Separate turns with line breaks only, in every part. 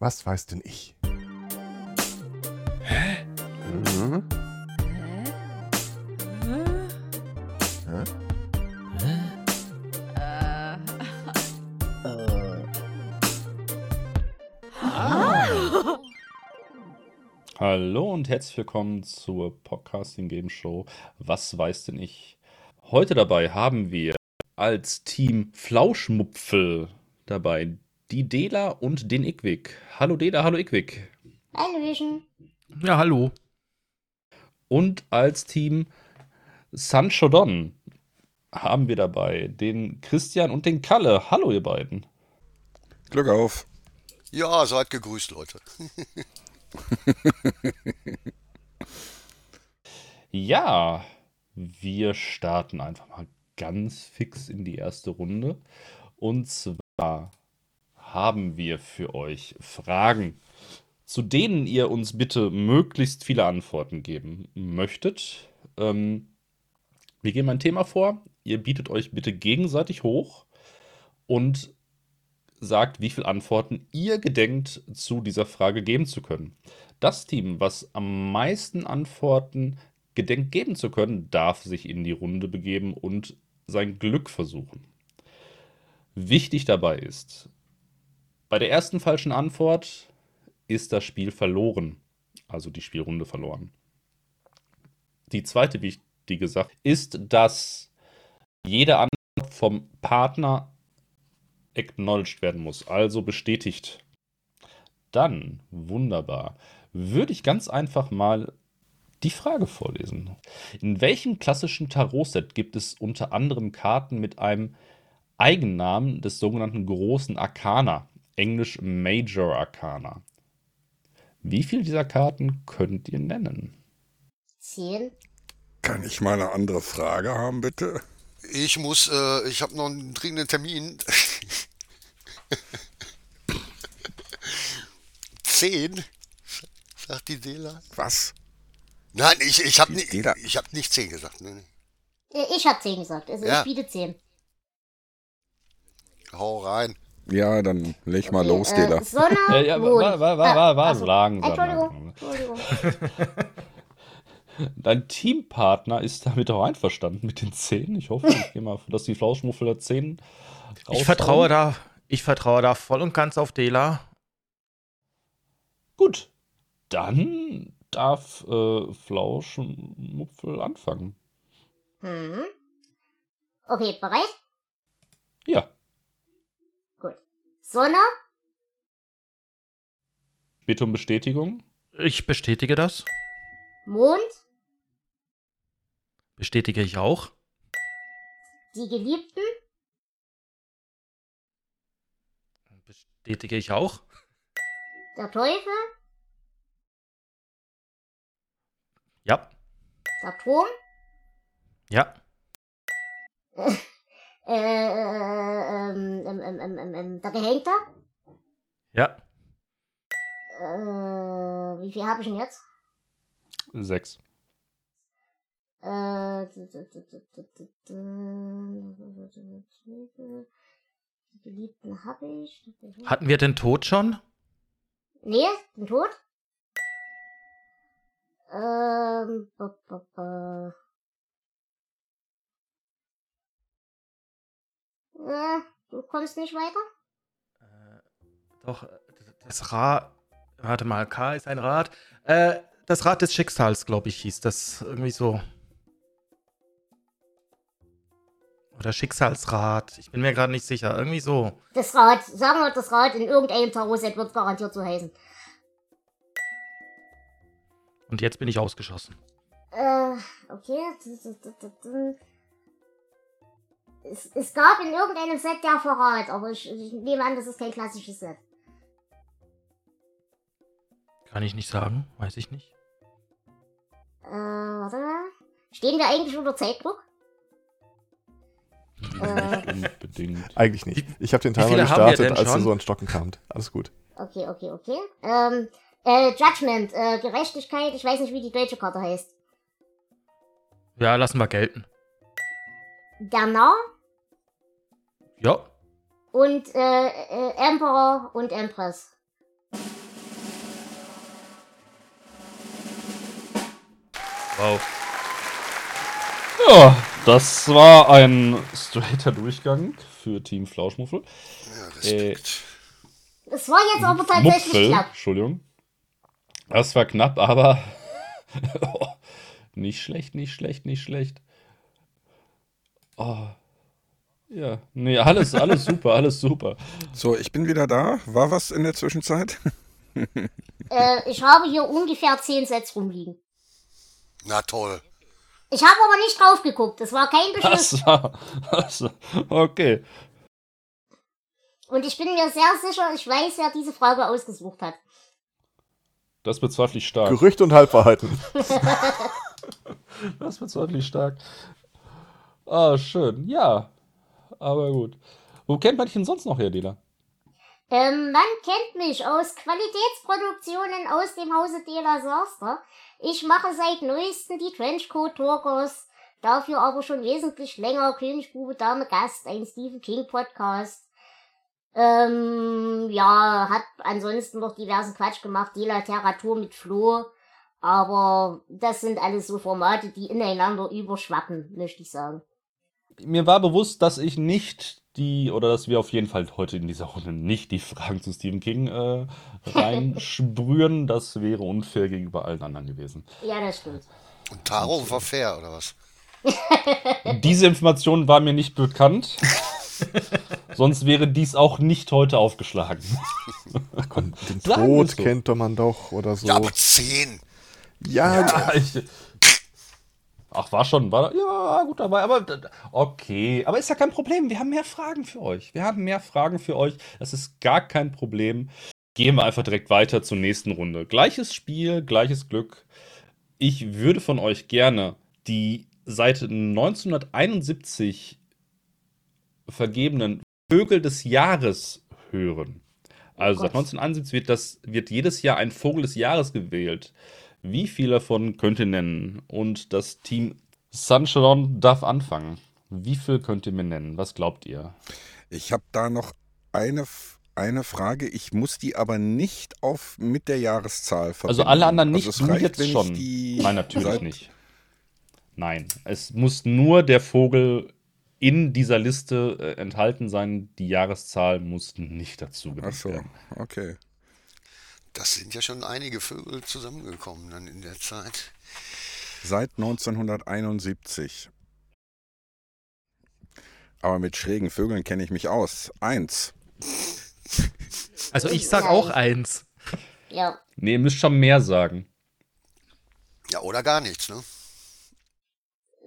Was weiß denn ich? Mhm. Hä?
Äh,
Hallo und herzlich willkommen zur Podcasting Game Show. Was weiß denn ich? Heute dabei haben wir als Team Flauschmupfel dabei die Dela und den Ickwick. Hallo Dela, hallo Ickwick.
Hallöchen.
Ja, hallo.
Und als Team Sanchodon haben wir dabei den Christian und den Kalle. Hallo ihr beiden.
Glück auf.
Ja, seid gegrüßt, Leute.
Ja, wir starten einfach mal ganz fix in die erste Runde. Und zwar haben wir für euch Fragen, zu denen ihr uns bitte möglichst viele Antworten geben möchtet. Ähm, wir geben ein Thema vor, ihr bietet euch bitte gegenseitig hoch und sagt, wie viele Antworten ihr gedenkt, zu dieser Frage geben zu können. Das Team, was am meisten Antworten gedenkt geben zu können, darf sich in die Runde begeben und sein Glück versuchen. Wichtig dabei ist, bei der ersten falschen Antwort ist das Spiel verloren, also die Spielrunde verloren. Die zweite wichtige Sache ist, dass jede Antwort vom Partner acknowledged werden muss, also bestätigt. Dann, wunderbar, würde ich ganz einfach mal die Frage vorlesen. In welchem klassischen Tarotset gibt es unter anderem Karten mit einem Eigennamen des sogenannten großen Arcana, englisch Major Arcana? Wie viele dieser Karten könnt ihr nennen?
Zehn.
Kann ich mal eine andere Frage haben, bitte?
Ich muss, äh, ich habe noch einen dringenden Termin. zehn, sagt die Dela.
Was?
Nein, ich, ich habe
Die
nicht,
Dela-
ich hab nicht zehn gesagt. Nee, nee.
Äh, Ich hab zehn gesagt. Also
Ja.
ich biete zehn.
Hau rein.
Ja, dann leg mal los,
äh,
Dela.
Sonne,
Äh, ja,
Mond.
wa- wa- wa-
Ah,
wa- wa-
achso.
langsam, langsam.
Entschuldigung. Entschuldigung.
Dein Teampartner ist damit auch einverstanden mit den 10. Ich hoffe, ich gehe mal, dass die Flauschmuffel da 10
Ich vertraue da, ich vertraue da voll und ganz auf Dela.
Gut, dann darf äh, Flauschmupfel anfangen.
Hm. Okay, bereit?
Ja,
Sonne,
bitte um Bestätigung.
Ich bestätige das.
Mond,
Bestätige ich auch.
die Geliebten,
Bestätige ich auch.
der Teufel,
Ja,
der Turm,
ja.
äh, äh, ähm, ähm, ähm, ähm, ähm, ähm, der Gehängte.
Ja,
Äh, wie viel habe ich denn jetzt?
6.
Äh, d- d- d- d- d- d- d- die Geliebten habe ich.
hatten wir den Tod schon?
Nee, bin tot. Ähm. b- b- b- Äh, du kommst nicht weiter?
Äh, doch, äh, das Rad. Warte mal, K ist ein Rad. Äh, das Rad des Schicksals, glaube ich, hieß das irgendwie so. Oder Schicksalsrad. Ich bin mir gerade nicht sicher. Irgendwie so.
Das Rad, sagen wir das Rad in irgendeinem Tarotset wird garantiert so heißen.
Und jetzt bin ich ausgeschossen.
Äh, okay. Es, es gab in irgendeinem Set der Verrat, aber ich, ich nehme an, das ist kein klassisches Set.
Kann ich nicht sagen. Weiß ich nicht.
Äh, warte mal. Stehen wir eigentlich unter Zeitdruck? Äh.
Nicht unbedingt.
Eigentlich nicht. Ich habe den
Wie viele
Timer
haben wir
gestartet,
denn
als du
schon?
so an Stocken kamst. Alles gut.
Okay, okay, okay. Ähm, äh, Judgment, äh, Gerechtigkeit, ich weiß nicht, wie die deutsche Karte heißt.
Ja, lassen wir gelten.
Der Narr
Ja,
und äh, äh, Emperor und Empress.
Wow.
Ja, das war ein straighter Durchgang für Team Flauschmuffel.
Ja, Respekt.
Es war jetzt aber tatsächlich
Mupfel,
knapp.
Entschuldigung. Das war knapp, aber oh, nicht schlecht, nicht schlecht, nicht schlecht. Oh. Ja, nee, alles, alles super, alles super.
So, ich bin wieder da. War was in der Zwischenzeit?
Äh, ich habe hier ungefähr 10 Sets rumliegen.
Na toll.
Ich habe aber nicht drauf geguckt. Es war kein Beschluss.
Das war, das war okay.
Und ich bin mir sehr sicher, ich weiß, wer diese Frage ausgesucht hat.
Das bezweifle ich stark.
Gerüchte und Halbwahrheiten.
Das wird ordentlich stark. Ah, schön. Ja. Aber gut. Wo kennt man dich denn sonst noch her, Dela?
Ähm, man kennt mich aus Qualitätsproduktionen aus dem Hause De La Sorster. Ich mache seit neuestem die Trenchcoat Talkers, dafür aber schon wesentlich länger Königsbube Dame Gast, ein Stephen King Podcast. Ähm, ja, hat ansonsten noch diversen Quatsch gemacht, De La Terratur mit Flo. Aber das sind alles so Formate, die ineinander überschwappen, möchte ich sagen.
Mir war bewusst, dass ich nicht die, oder dass wir auf jeden Fall heute in dieser Runde nicht die Fragen zu Stephen King äh, reinsprühen. Das wäre unfair gegenüber allen anderen gewesen.
Ja, das stimmt.
Und Taro war fair, oder was?
Diese Information war mir nicht bekannt. Sonst wäre dies auch nicht heute aufgeschlagen.
Ach komm, den
Sagen wir
Tod
so.
kennt doch man doch oder so.
Ja, aber zehn.
ja,
Ah, ich, ach, war schon, war ja gut dabei, aber okay, aber ist ja kein Problem. Wir haben mehr Fragen für euch. Wir haben mehr Fragen für euch. Das ist gar kein Problem. Gehen wir einfach direkt weiter zur nächsten Runde. Gleiches Spiel, gleiches Glück. Ich würde von euch gerne die seit 1971 vergebenen Vögel des Jahres hören. Also seit
Gott.
1971 wird, das, wird jedes Jahr ein Vogel des Jahres gewählt. Wie viel davon könnt ihr nennen? Und das Team Sunshine darf anfangen. Wie viel könnt ihr mir nennen? Was glaubt ihr?
Ich habe da noch eine, F- eine Frage. Ich muss die aber nicht auf mit der Jahreszahl verbinden.
Also alle anderen nicht,
es
du
reicht,
jetzt
wenn ich
schon.
die-
Nein, natürlich
seit-
nicht. Nein, es muss nur der Vogel in dieser Liste äh, enthalten sein. Die Jahreszahl muss nicht dazu
Ach
genannt
so,
werden.
okay.
Das sind ja schon einige Vögel zusammengekommen dann in der Zeit.
Seit 1971. Aber mit schrägen Vögeln kenne ich mich aus. Eins.
Also ich sag auch eins.
Ja.
Nee, ihr müsst schon mehr sagen.
Ja, oder gar nichts, ne?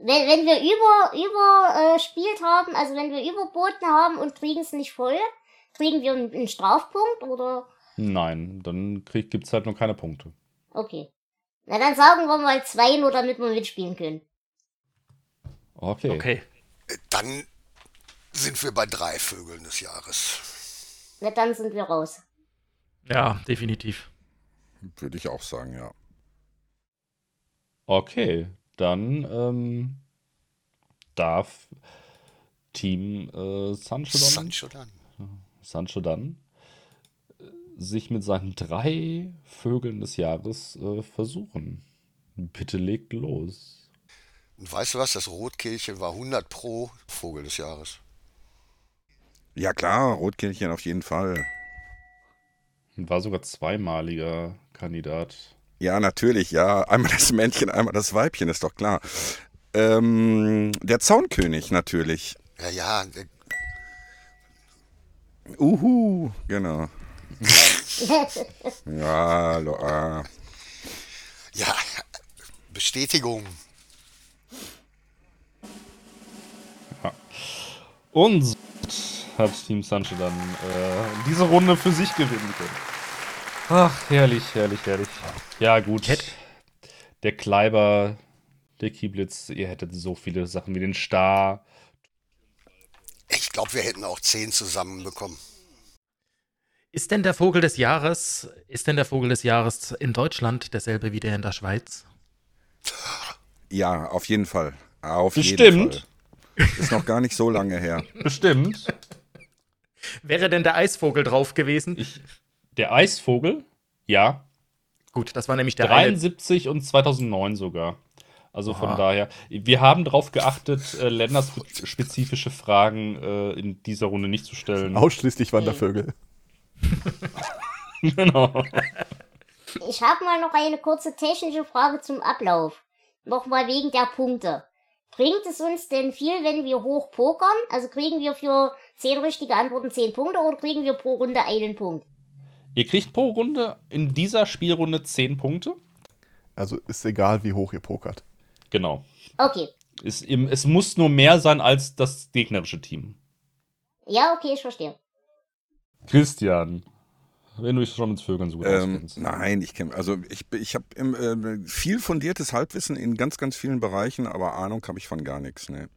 wenn, wenn wir über über äh, spielt haben, also wenn wir überboten haben und kriegen es nicht voll, kriegen wir einen, einen Strafpunkt oder
Nein, dann gibt es halt nur keine Punkte.
okay. Na dann sagen wir mal zwei, nur damit wir mitspielen können.
Okay.
Okay.
Äh, Dann sind wir bei drei Vögeln des Jahres.
Na dann sind wir raus.
Ja, definitiv.
Würde ich auch sagen, ja.
Okay, dann ähm, darf Team äh, Sancho
Sancho dann.
dann äh, sich mit seinen drei Vögeln des Jahres äh, versuchen. Bitte legt los.
Und weißt du was? Das Rotkehlchen war 100 pro Vogel des Jahres.
Ja klar, Rotkehlchen auf jeden Fall.
War sogar zweimaliger Kandidat.
Ja, natürlich, ja. Einmal das Männchen, einmal das Weibchen, ist doch klar. Ähm, der Zaunkönig natürlich.
Ja, ja, äh,
Uhu, genau. Ja, lo, ah.
ja. Bestätigung.
Und so hat Team Sancho dann äh, diese Runde für sich gewinnen können. Ach, herrlich, herrlich, herrlich. Ja, gut. Der Kleiber, der Kieblitz, ihr hättet so viele Sachen wie den Star.
Ich glaube, wir hätten auch zehn zusammenbekommen.
Ist denn der Vogel des Jahres, ist denn der Vogel des Jahres in Deutschland derselbe wie der in der Schweiz?
ja, auf jeden Fall. Auf jeden
Bestimmt,
Fall. Ist noch gar nicht so lange her.
bestimmt.
Wäre denn der Eisvogel drauf gewesen?
Ich, der Eisvogel, ja,
Gut, das war nämlich der eine.
73 und 2009 sogar. Also
Aha.
von daher, wir haben darauf geachtet, äh, länderspezifische Fragen äh, in dieser Runde nicht zu stellen.
Ausschließlich Wandervögel.
genau.
Ich habe mal noch eine kurze technische Frage zum Ablauf. Nochmal wegen der Punkte. Bringt es uns denn viel, wenn wir hoch pokern? Also kriegen wir für 10 richtige Antworten 10 Punkte oder kriegen wir pro Runde einen Punkt?
Ihr kriegt pro Runde in dieser Spielrunde 10 Punkte.
Also ist egal, wie hoch ihr pokert.
Genau.
Okay.
Es, im- es muss nur mehr sein als das gegnerische Team.
Ja, okay, ich verstehe.
Christian, wenn du dich schon mit Vögeln so gut
Ähm,
auskennst.
nein, ich kenne, also ich, bin- ich habe äh, viel fundiertes Halbwissen in ganz, ganz vielen Bereichen, aber Ahnung habe ich von gar nichts. Ne?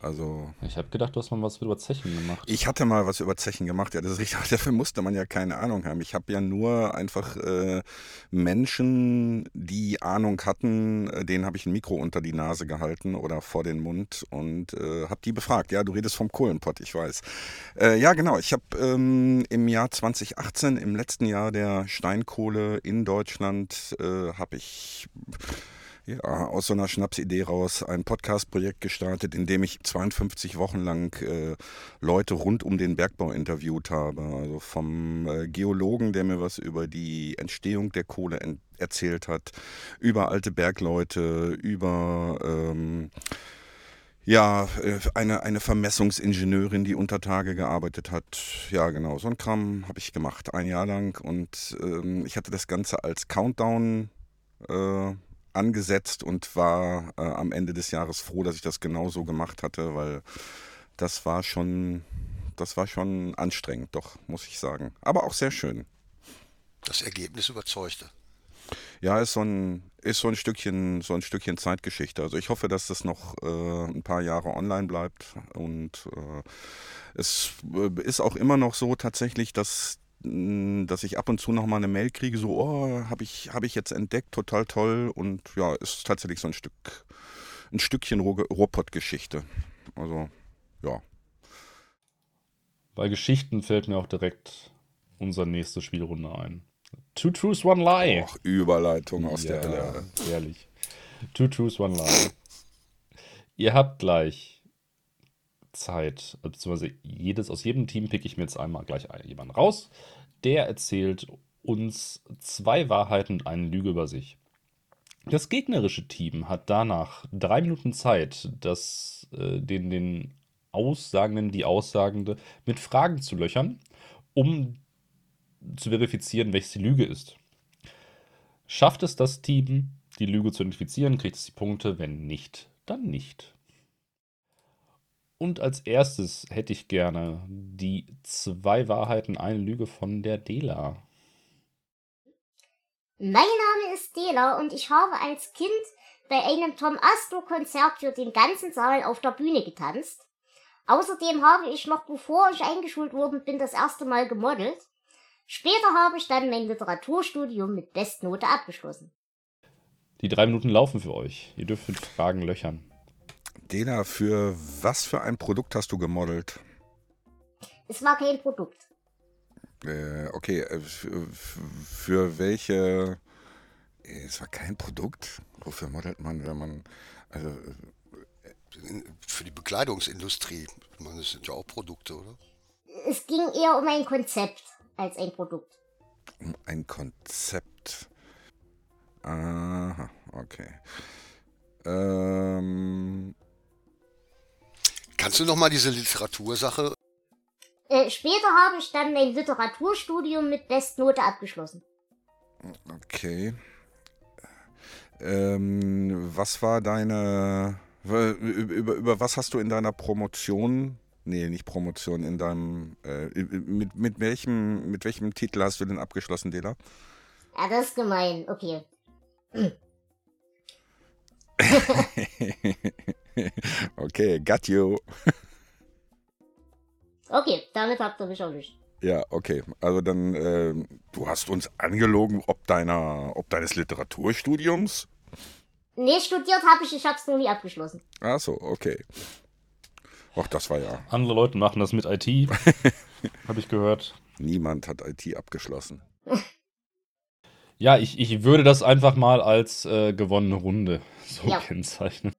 Also
Ich habe gedacht, du hast mal was über Zechen gemacht.
ich hatte mal was über Zechen gemacht, ja, das ist richtig, aber dafür musste man ja keine Ahnung haben. Ich habe ja nur einfach äh, Menschen, die Ahnung hatten, äh, denen habe ich ein Mikro unter die Nase gehalten oder vor den Mund und äh, habe die befragt. Ja, du redest vom Kohlenpott, ich weiß. Äh, ja, genau. Ich habe ähm, im Jahr 2018, im letzten Jahr der Steinkohle in Deutschland, äh, habe ich ja, aus so einer Schnapsidee raus ein Podcast-Projekt gestartet, in dem ich 52 Wochen lang äh, Leute rund um den Bergbau interviewt habe. Also vom äh, Geologen, der mir was über die Entstehung der Kohle en- erzählt hat, über alte Bergleute, über... Ähm, ja, äh, eine, eine Vermessungsingenieurin, die unter Tage gearbeitet hat. Ja, genau, so ein Kram habe ich gemacht, ein Jahr lang. Und ähm, ich hatte das Ganze als Countdown äh, angesetzt und war äh, am Ende des Jahres froh, dass ich das genauso gemacht hatte, weil das war schon, das war schon anstrengend, doch, muss ich sagen. Aber auch sehr schön.
Das Ergebnis überzeugte.
Ja, ist so ein, ist so ein Stückchen, so ein Stückchen Zeitgeschichte. Also ich hoffe, dass das noch äh, ein paar Jahre online bleibt. Und äh, es äh, ist auch immer noch so tatsächlich, dass mh, dass ich ab und zu noch mal eine Mail kriege, so, oh, habe ich, hab ich jetzt entdeckt, total toll. Und ja, ist tatsächlich so ein Stück, ein Stückchen Ruhr- Ruhrpott-Geschichte. Also, ja.
Bei Geschichten fällt mir auch direkt unsere nächste Spielrunde ein. Two Truths, One Lie.
Ach, Überleitung aus
ja,
der Hölle.
Ehrlich. Two Truths, One Lie. Ihr habt gleich Zeit, beziehungsweise jedes, aus jedem Team picke ich mir jetzt einmal gleich ein- jemanden raus. Der erzählt uns zwei Wahrheiten und eine Lüge über sich. Das gegnerische Team hat danach drei Minuten Zeit, das, äh, den, den Aussagenden, die Aussagende mit Fragen zu löchern, um zu verifizieren, welches die Lüge ist. Schafft es das Team, die Lüge zu identifizieren, kriegt es die Punkte, wenn nicht, dann nicht. Und als erstes hätte ich gerne die zwei Wahrheiten, eine Lüge von der Dela.
Mein Name ist Dela und ich habe als Kind bei einem Tom Astro-Konzert für den ganzen Saal auf der Bühne getanzt. Außerdem habe ich noch bevor ich eingeschult worden bin, das erste Mal gemodelt. Später habe ich dann mein Literaturstudium mit Bestnote abgeschlossen.
Die drei Minuten laufen für euch. Ihr dürft mit Fragen löchern.
Dena, für was für ein Produkt hast du gemodelt?
Es war kein Produkt.
Äh, okay, äh, für, für welche. Äh, Es war kein Produkt. Wofür modelt man, wenn man. Also, äh,
In- Für die Bekleidungsindustrie. Ich meine, das sind ja auch Produkte, oder?
Es ging eher um ein Konzept als ein Produkt.
um ein Konzept. Aha, okay. Ähm,
Kannst du nochmal diese Literatursache?
Äh, später habe ich dann mein Literaturstudium mit Bestnote abgeschlossen.
okay. Ähm, was war deine. w- Über, über, über was hast du in deiner Promotion. Nee, nicht Promotion, in deinem. Äh, mit, mit, welchem, mit welchem Titel hast du denn abgeschlossen, Dela?
Ja, das ist gemein. Okay.
okay, got you.
Okay, damit habt ihr mich erwischt.
Ja, okay. Also dann, ähm, du hast uns angelogen, ob deiner, ob deines Literaturstudiums.
Nee, studiert habe ich, ich hab's nur nie abgeschlossen.
Ach so, okay. Ach, das war ja.
Andere Leute machen das mit IT. Habe ich gehört.
Niemand hat IT abgeschlossen.
Ja, ich, ich würde das einfach mal als äh, gewonnene Runde so
Ja.
kennzeichnen.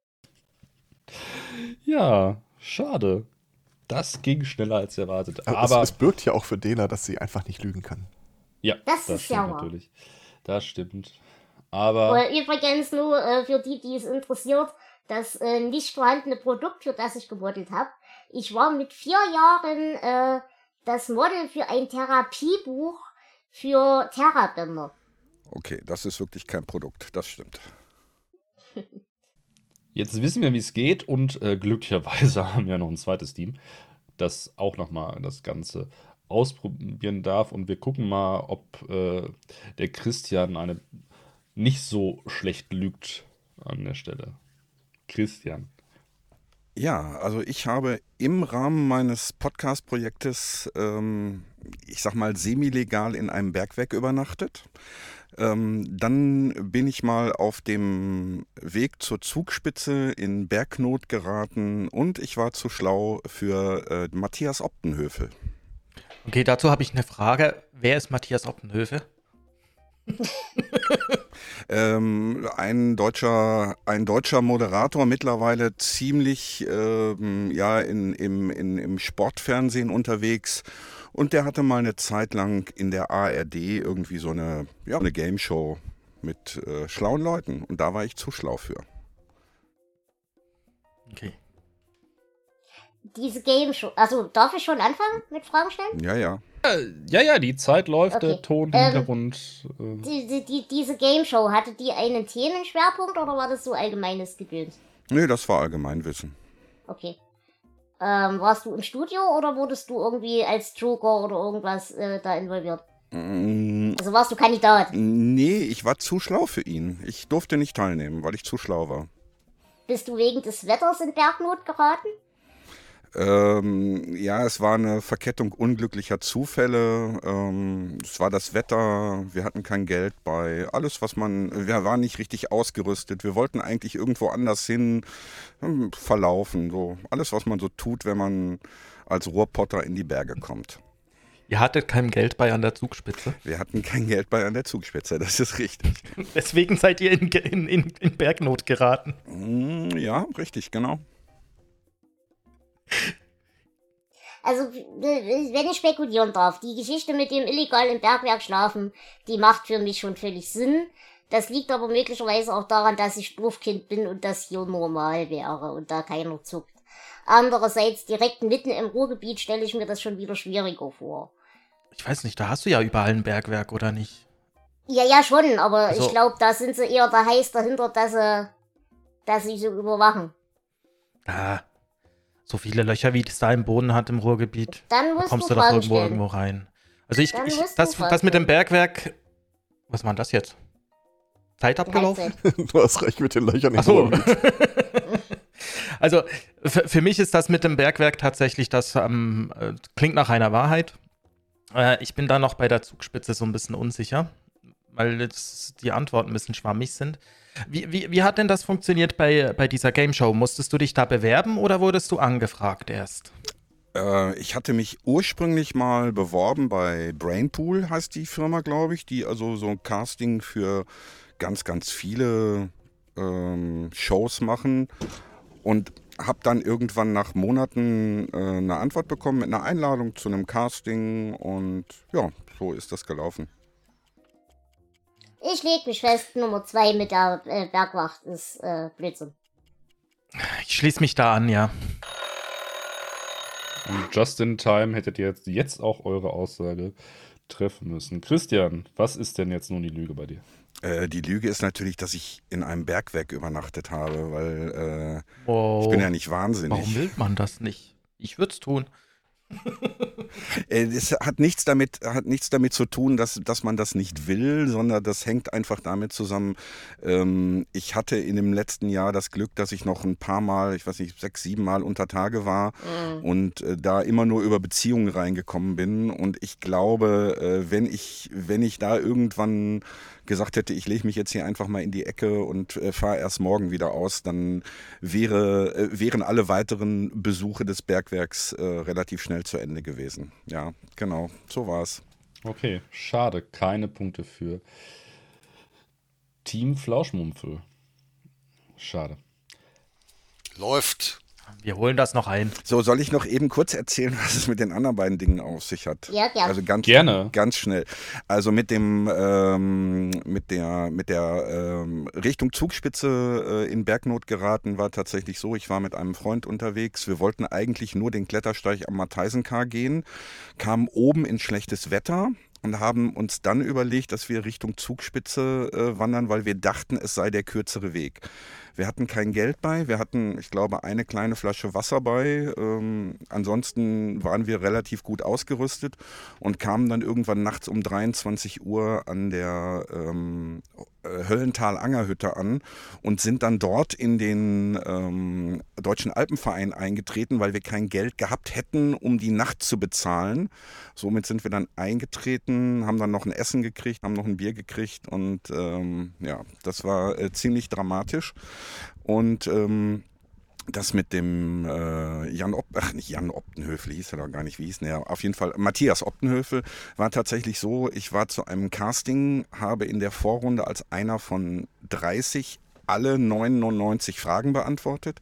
Ja, schade. Das ging schneller als erwartet.
Aber,
Aber
es, es birgt ja auch für Dela, dass sie einfach nicht lügen kann.
ja,
Das ist
stimmt
ja wahr.
natürlich. Das stimmt. Aber
Äh, übrigens nur äh, für die, die es interessiert, das äh, nicht vorhandene Produkt, für das ich gemodelt habe. Ich war mit vier Jahren äh, das Model für ein Therapiebuch für Therabänder.
Okay, das ist wirklich kein Produkt, das stimmt.
jetzt wissen wir, wie es geht und äh, glücklicherweise haben wir noch ein zweites Team, das auch nochmal das Ganze ausprobieren darf und wir gucken mal, ob äh, der Christian eine nicht so schlecht lügt an der Stelle. Christian.
Ja, also ich habe im Rahmen meines Podcast-Projektes, ähm, ich sag mal, semi-legal in einem Bergwerk übernachtet. Ähm, dann bin ich mal auf dem Weg zur Zugspitze in Bergnot geraten und ich war zu schlau für äh, Matthias Optenhöfel.
Okay, dazu habe ich eine Frage. Wer ist Matthias Optenhöfe?
Ähm, ein, deutscher, ein deutscher Moderator, mittlerweile ziemlich ähm, ja, in, im, in, im Sportfernsehen unterwegs. Und der hatte mal eine Zeit lang in der ARD irgendwie so eine, ja, eine Game Show mit äh, schlauen Leuten. Und da war ich zu schlau für.
Okay.
Diese Game Show. Also darf ich schon anfangen mit Fragen stellen?
Ja, ja.
Ja, ja, die Zeit läuft, der
Okay.
Ton im
Ähm,
Hintergrund. Äh,
Die, die, die, diese Game Show, hatte die einen Themenschwerpunkt oder war das so allgemeines Gedöns?
Nee, das war Allgemeinwissen.
Okay. Ähm, warst du im Studio oder wurdest du irgendwie als Joker oder irgendwas äh, da involviert?
Mm,
Also warst du Kandidat?
Nee, ich war zu schlau für ihn. Ich durfte nicht teilnehmen, weil ich zu schlau war.
Bist du wegen des Wetters in Bergnot geraten?
Ähm, ja, es war eine Verkettung unglücklicher Zufälle. Ähm, es war das Wetter, wir hatten kein Geld bei. Alles, was man. Wir waren nicht richtig ausgerüstet. Wir wollten eigentlich irgendwo anders hin ähm, verlaufen. So. Alles, was man so tut, wenn man als Ruhrpotter in die Berge kommt.
Ihr hattet kein Geld bei an der Zugspitze.
Wir hatten kein Geld bei an der Zugspitze, das ist richtig.
Deswegen seid ihr in, in, in, in Bergnot geraten.
Mm, ja, richtig, genau.
Also, w- wenn ich spekulieren darf, die Geschichte mit dem illegal im Bergwerk schlafen, die macht für mich schon völlig Sinn. Das liegt aber möglicherweise auch daran, dass ich Doofkind bin und das hier normal wäre und da keiner zuckt. Andererseits, direkt mitten im Ruhrgebiet stelle ich mir das schon wieder schwieriger vor.
Ich weiß nicht, da hast du ja überall ein Bergwerk, oder nicht?
Ja, ja, schon, aber
Also-
ich glaube, da sind sie eher der heiß dahinter, dass sie, dass sie so überwachen.
Da. Ah. So viele Löcher, wie es da im Boden hat im Ruhrgebiet.
Dann
Da
musst
kommst
du
du doch
Fragen
irgendwo,
stellen.
irgendwo rein. Also ich,
Dann
ich
musst du
das,
Fragen
das mit dem
stellen.
Bergwerk. Was war denn das jetzt? Zeit abgelaufen?
Halbzeit.
Du hast recht mit den Löchern im
Achso.
Ruhrgebiet.
also f- für mich ist das mit dem Bergwerk tatsächlich das ähm, äh, klingt nach einer Wahrheit. Äh, ich bin da noch bei der Zugspitze so ein bisschen unsicher, weil jetzt die Antworten ein bisschen schwammig sind. Wie, wie, wie hat denn das funktioniert bei, bei dieser Game Show? Musstest du dich da bewerben oder wurdest du angefragt erst?
Äh, ich hatte mich ursprünglich mal beworben bei Brainpool, heißt die Firma, glaube ich, die also so ein Casting für ganz, ganz viele ähm, Shows machen und habe dann irgendwann nach Monaten äh, eine Antwort bekommen mit einer Einladung zu einem Casting und ja, so ist das gelaufen.
Ich leg mich fest, Nummer zwei mit der äh, Bergwacht ist äh, Blödsinn.
Ich schließe mich da an, ja.
und just in time hättet ihr jetzt, jetzt auch eure Aussage treffen müssen. Christian, was ist denn jetzt nun die Lüge bei dir?
Äh, die Lüge ist natürlich, dass ich in einem Bergwerk übernachtet habe, weil äh,
Wow.
ich bin ja nicht wahnsinnig.
Oh. Warum will man das nicht? Ich würde es tun.
Äh, Das hat nichts damit, hat nichts damit zu tun, dass, dass man das nicht will, sondern das hängt einfach damit zusammen. Ähm, ich hatte in dem letzten Jahr das Glück, dass ich noch ein paar Mal, ich weiß nicht, sechs, sieben Mal unter Tage war und äh, da immer nur über Beziehungen reingekommen bin. Und ich glaube, äh, wenn ich, wenn ich da irgendwann gesagt hätte, ich lege mich jetzt hier einfach mal in die Ecke und äh, fahre erst morgen wieder aus, dann wäre, äh, wären alle weiteren Besuche des Bergwerks äh, relativ schnell zu Ende gewesen. Ja, genau, so war's.
Okay, schade, keine Punkte für Team Flauschmumpfel. Schade.
Läuft.
Wir holen das noch ein.
So, soll ich noch eben kurz erzählen, was es mit den anderen beiden Dingen auf sich hat?
Ja, ja.
Also ganz,
Gerne.
ganz schnell. Also mit dem ähm, mit der mit der ähm, Richtung Zugspitze äh, in Bergnot geraten war tatsächlich so. Ich war mit einem Freund unterwegs. Wir wollten eigentlich nur den Klettersteig am Matheisenkar gehen, kamen oben in schlechtes Wetter und haben uns dann überlegt, dass wir Richtung Zugspitze äh, wandern, weil wir dachten, es sei der kürzere Weg. Wir hatten kein Geld bei, wir hatten, ich glaube, eine kleine Flasche Wasser bei. Ähm, ansonsten waren wir relativ gut ausgerüstet und kamen dann irgendwann nachts um 23 Uhr an der ähm, äh, Höllental-Angerhütte an und sind dann dort in den ähm, Deutschen Alpenverein eingetreten, weil wir kein Geld gehabt hätten, um die Nacht zu bezahlen. Somit sind wir dann eingetreten, haben dann noch ein Essen gekriegt, haben noch ein Bier gekriegt und ähm, ja, das war äh, ziemlich dramatisch. Und ähm, das mit dem äh, Jan Ob ach nicht Jan Optenhöfel hieß er doch gar nicht, wie hieß er? Auf jeden Fall Matthias Optenhöfel war tatsächlich so, ich war zu einem Casting, habe in der Vorrunde als einer von 30 alle 99 Fragen beantwortet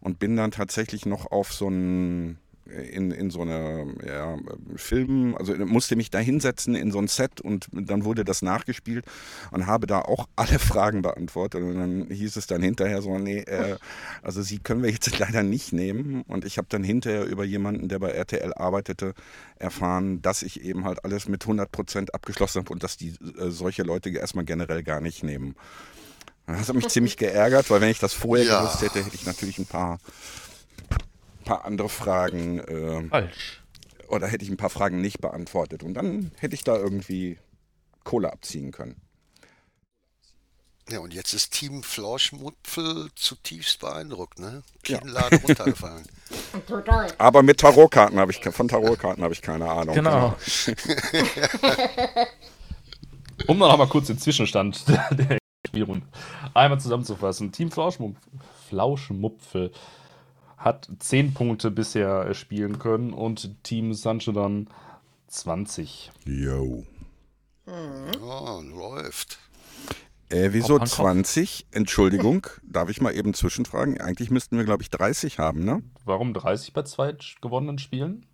und bin dann tatsächlich noch auf so einen in, in so eine ja, Film, also musste mich da hinsetzen in so ein Set und dann wurde das nachgespielt und habe da auch alle Fragen beantwortet und dann hieß es dann hinterher so, nee, äh, also sie können wir jetzt leider nicht nehmen und ich habe dann hinterher über jemanden, der bei RTL arbeitete, erfahren, dass ich eben halt alles mit 100% abgeschlossen habe und dass die äh, solche Leute erstmal generell gar nicht nehmen. Das hat mich ziemlich geärgert, weil wenn ich das vorher
Ja.
gewusst hätte, hätte ich natürlich ein paar, paar andere Fragen äh,
Falsch.
oder hätte ich ein paar Fragen nicht beantwortet. Und dann hätte ich da irgendwie Kohle abziehen können.
Ja, und jetzt ist Team Flauschmupfel zutiefst beeindruckt, ne?
Ja.
Kein Laden runtergefallen.
Total.
Aber mit Tarotkarten habe ich ke- von Tarotkarten habe ich keine Ahnung.
Genau.
Um noch mal kurz den Zwischenstand der Spielrunde einmal zusammenzufassen. Team Flauschmumpf, Flauschmupfel hat 10 Punkte bisher äh, spielen können und Team Sancho dann 20.
Also, Yo.
Ja, läuft.
Äh, wieso
Kopf an Kopf.
20? Entschuldigung, darf ich mal eben zwischenfragen? Eigentlich müssten wir, glaube ich, 30 haben, ne?
Warum 30 bei zwei gewonnenen Spielen?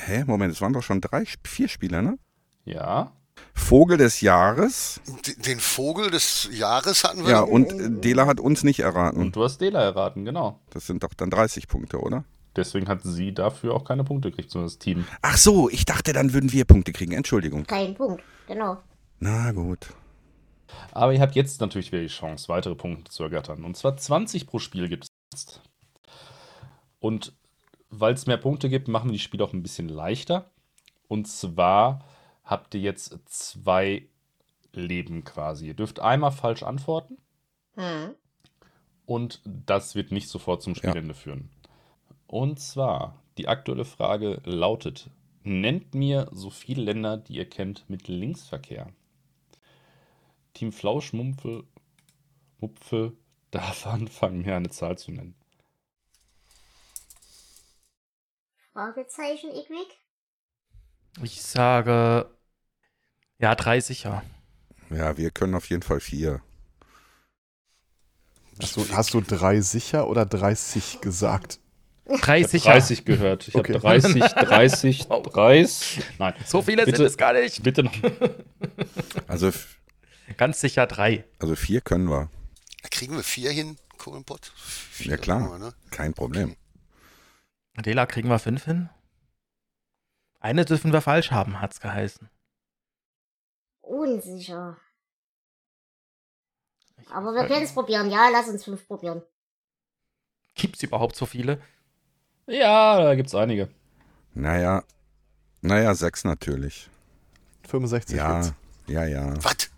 Hä, Moment, es waren doch schon drei, vier Spieler, ne?
Ja.
Vogel des Jahres.
D- Den Vogel des Jahres hatten wir.
Ja, und äh, Dela hat uns nicht erraten.
Und du hast Dela erraten, genau.
Das sind doch dann 30 Punkte, oder?
Deswegen hat sie dafür auch keine Punkte gekriegt, sondern das Team.
Ach so, ich dachte, dann würden wir Punkte kriegen. Entschuldigung.
Kein Punkt. Genau.
Na gut.
Aber ihr habt jetzt natürlich wieder die Chance, weitere Punkte zu ergattern. Und zwar 20 pro Spiel gibt es jetzt. Und weil es mehr Punkte gibt, machen wir die Spiele auch ein bisschen leichter. Und zwar habt ihr jetzt zwei Leben quasi. Ihr dürft einmal falsch antworten
Hm.
und das wird nicht sofort zum Spielende führen. Und zwar, die aktuelle Frage lautet: Nennt mir so viele Länder, die ihr kennt, mit Linksverkehr. Team Flauschmumpfel Mupfel darf anfangen, mir eine Zahl zu nennen.
Fragezeichen, Igwig?
Ich sage, ja, 30 ja.
Ja, wir können auf jeden Fall vier.
Hast du, hast du drei sicher oder 30 gesagt?
30
Ich habe 30 gehört. Ich
Okay.
habe 30, 30, 30. Nein,
So viele
Bitte.
sind es gar nicht.
bitte noch.
Also, f-
Ganz sicher drei.
also vier können wir.
Kriegen wir vier hin, Kohlenpott? Vier
Ja, klar.
machen wir, ne?
Kein Problem.
Dela, kriegen wir fünf hin? Eine dürfen wir falsch haben, hat's geheißen.
Unsicher. Aber wir können es probieren. Ja, lass uns fünf probieren.
Gibt's überhaupt so viele?
Ja, da gibt es einige.
Naja, naja, sechs natürlich.
65 jetzt.
Ja, ja, ja.
Was?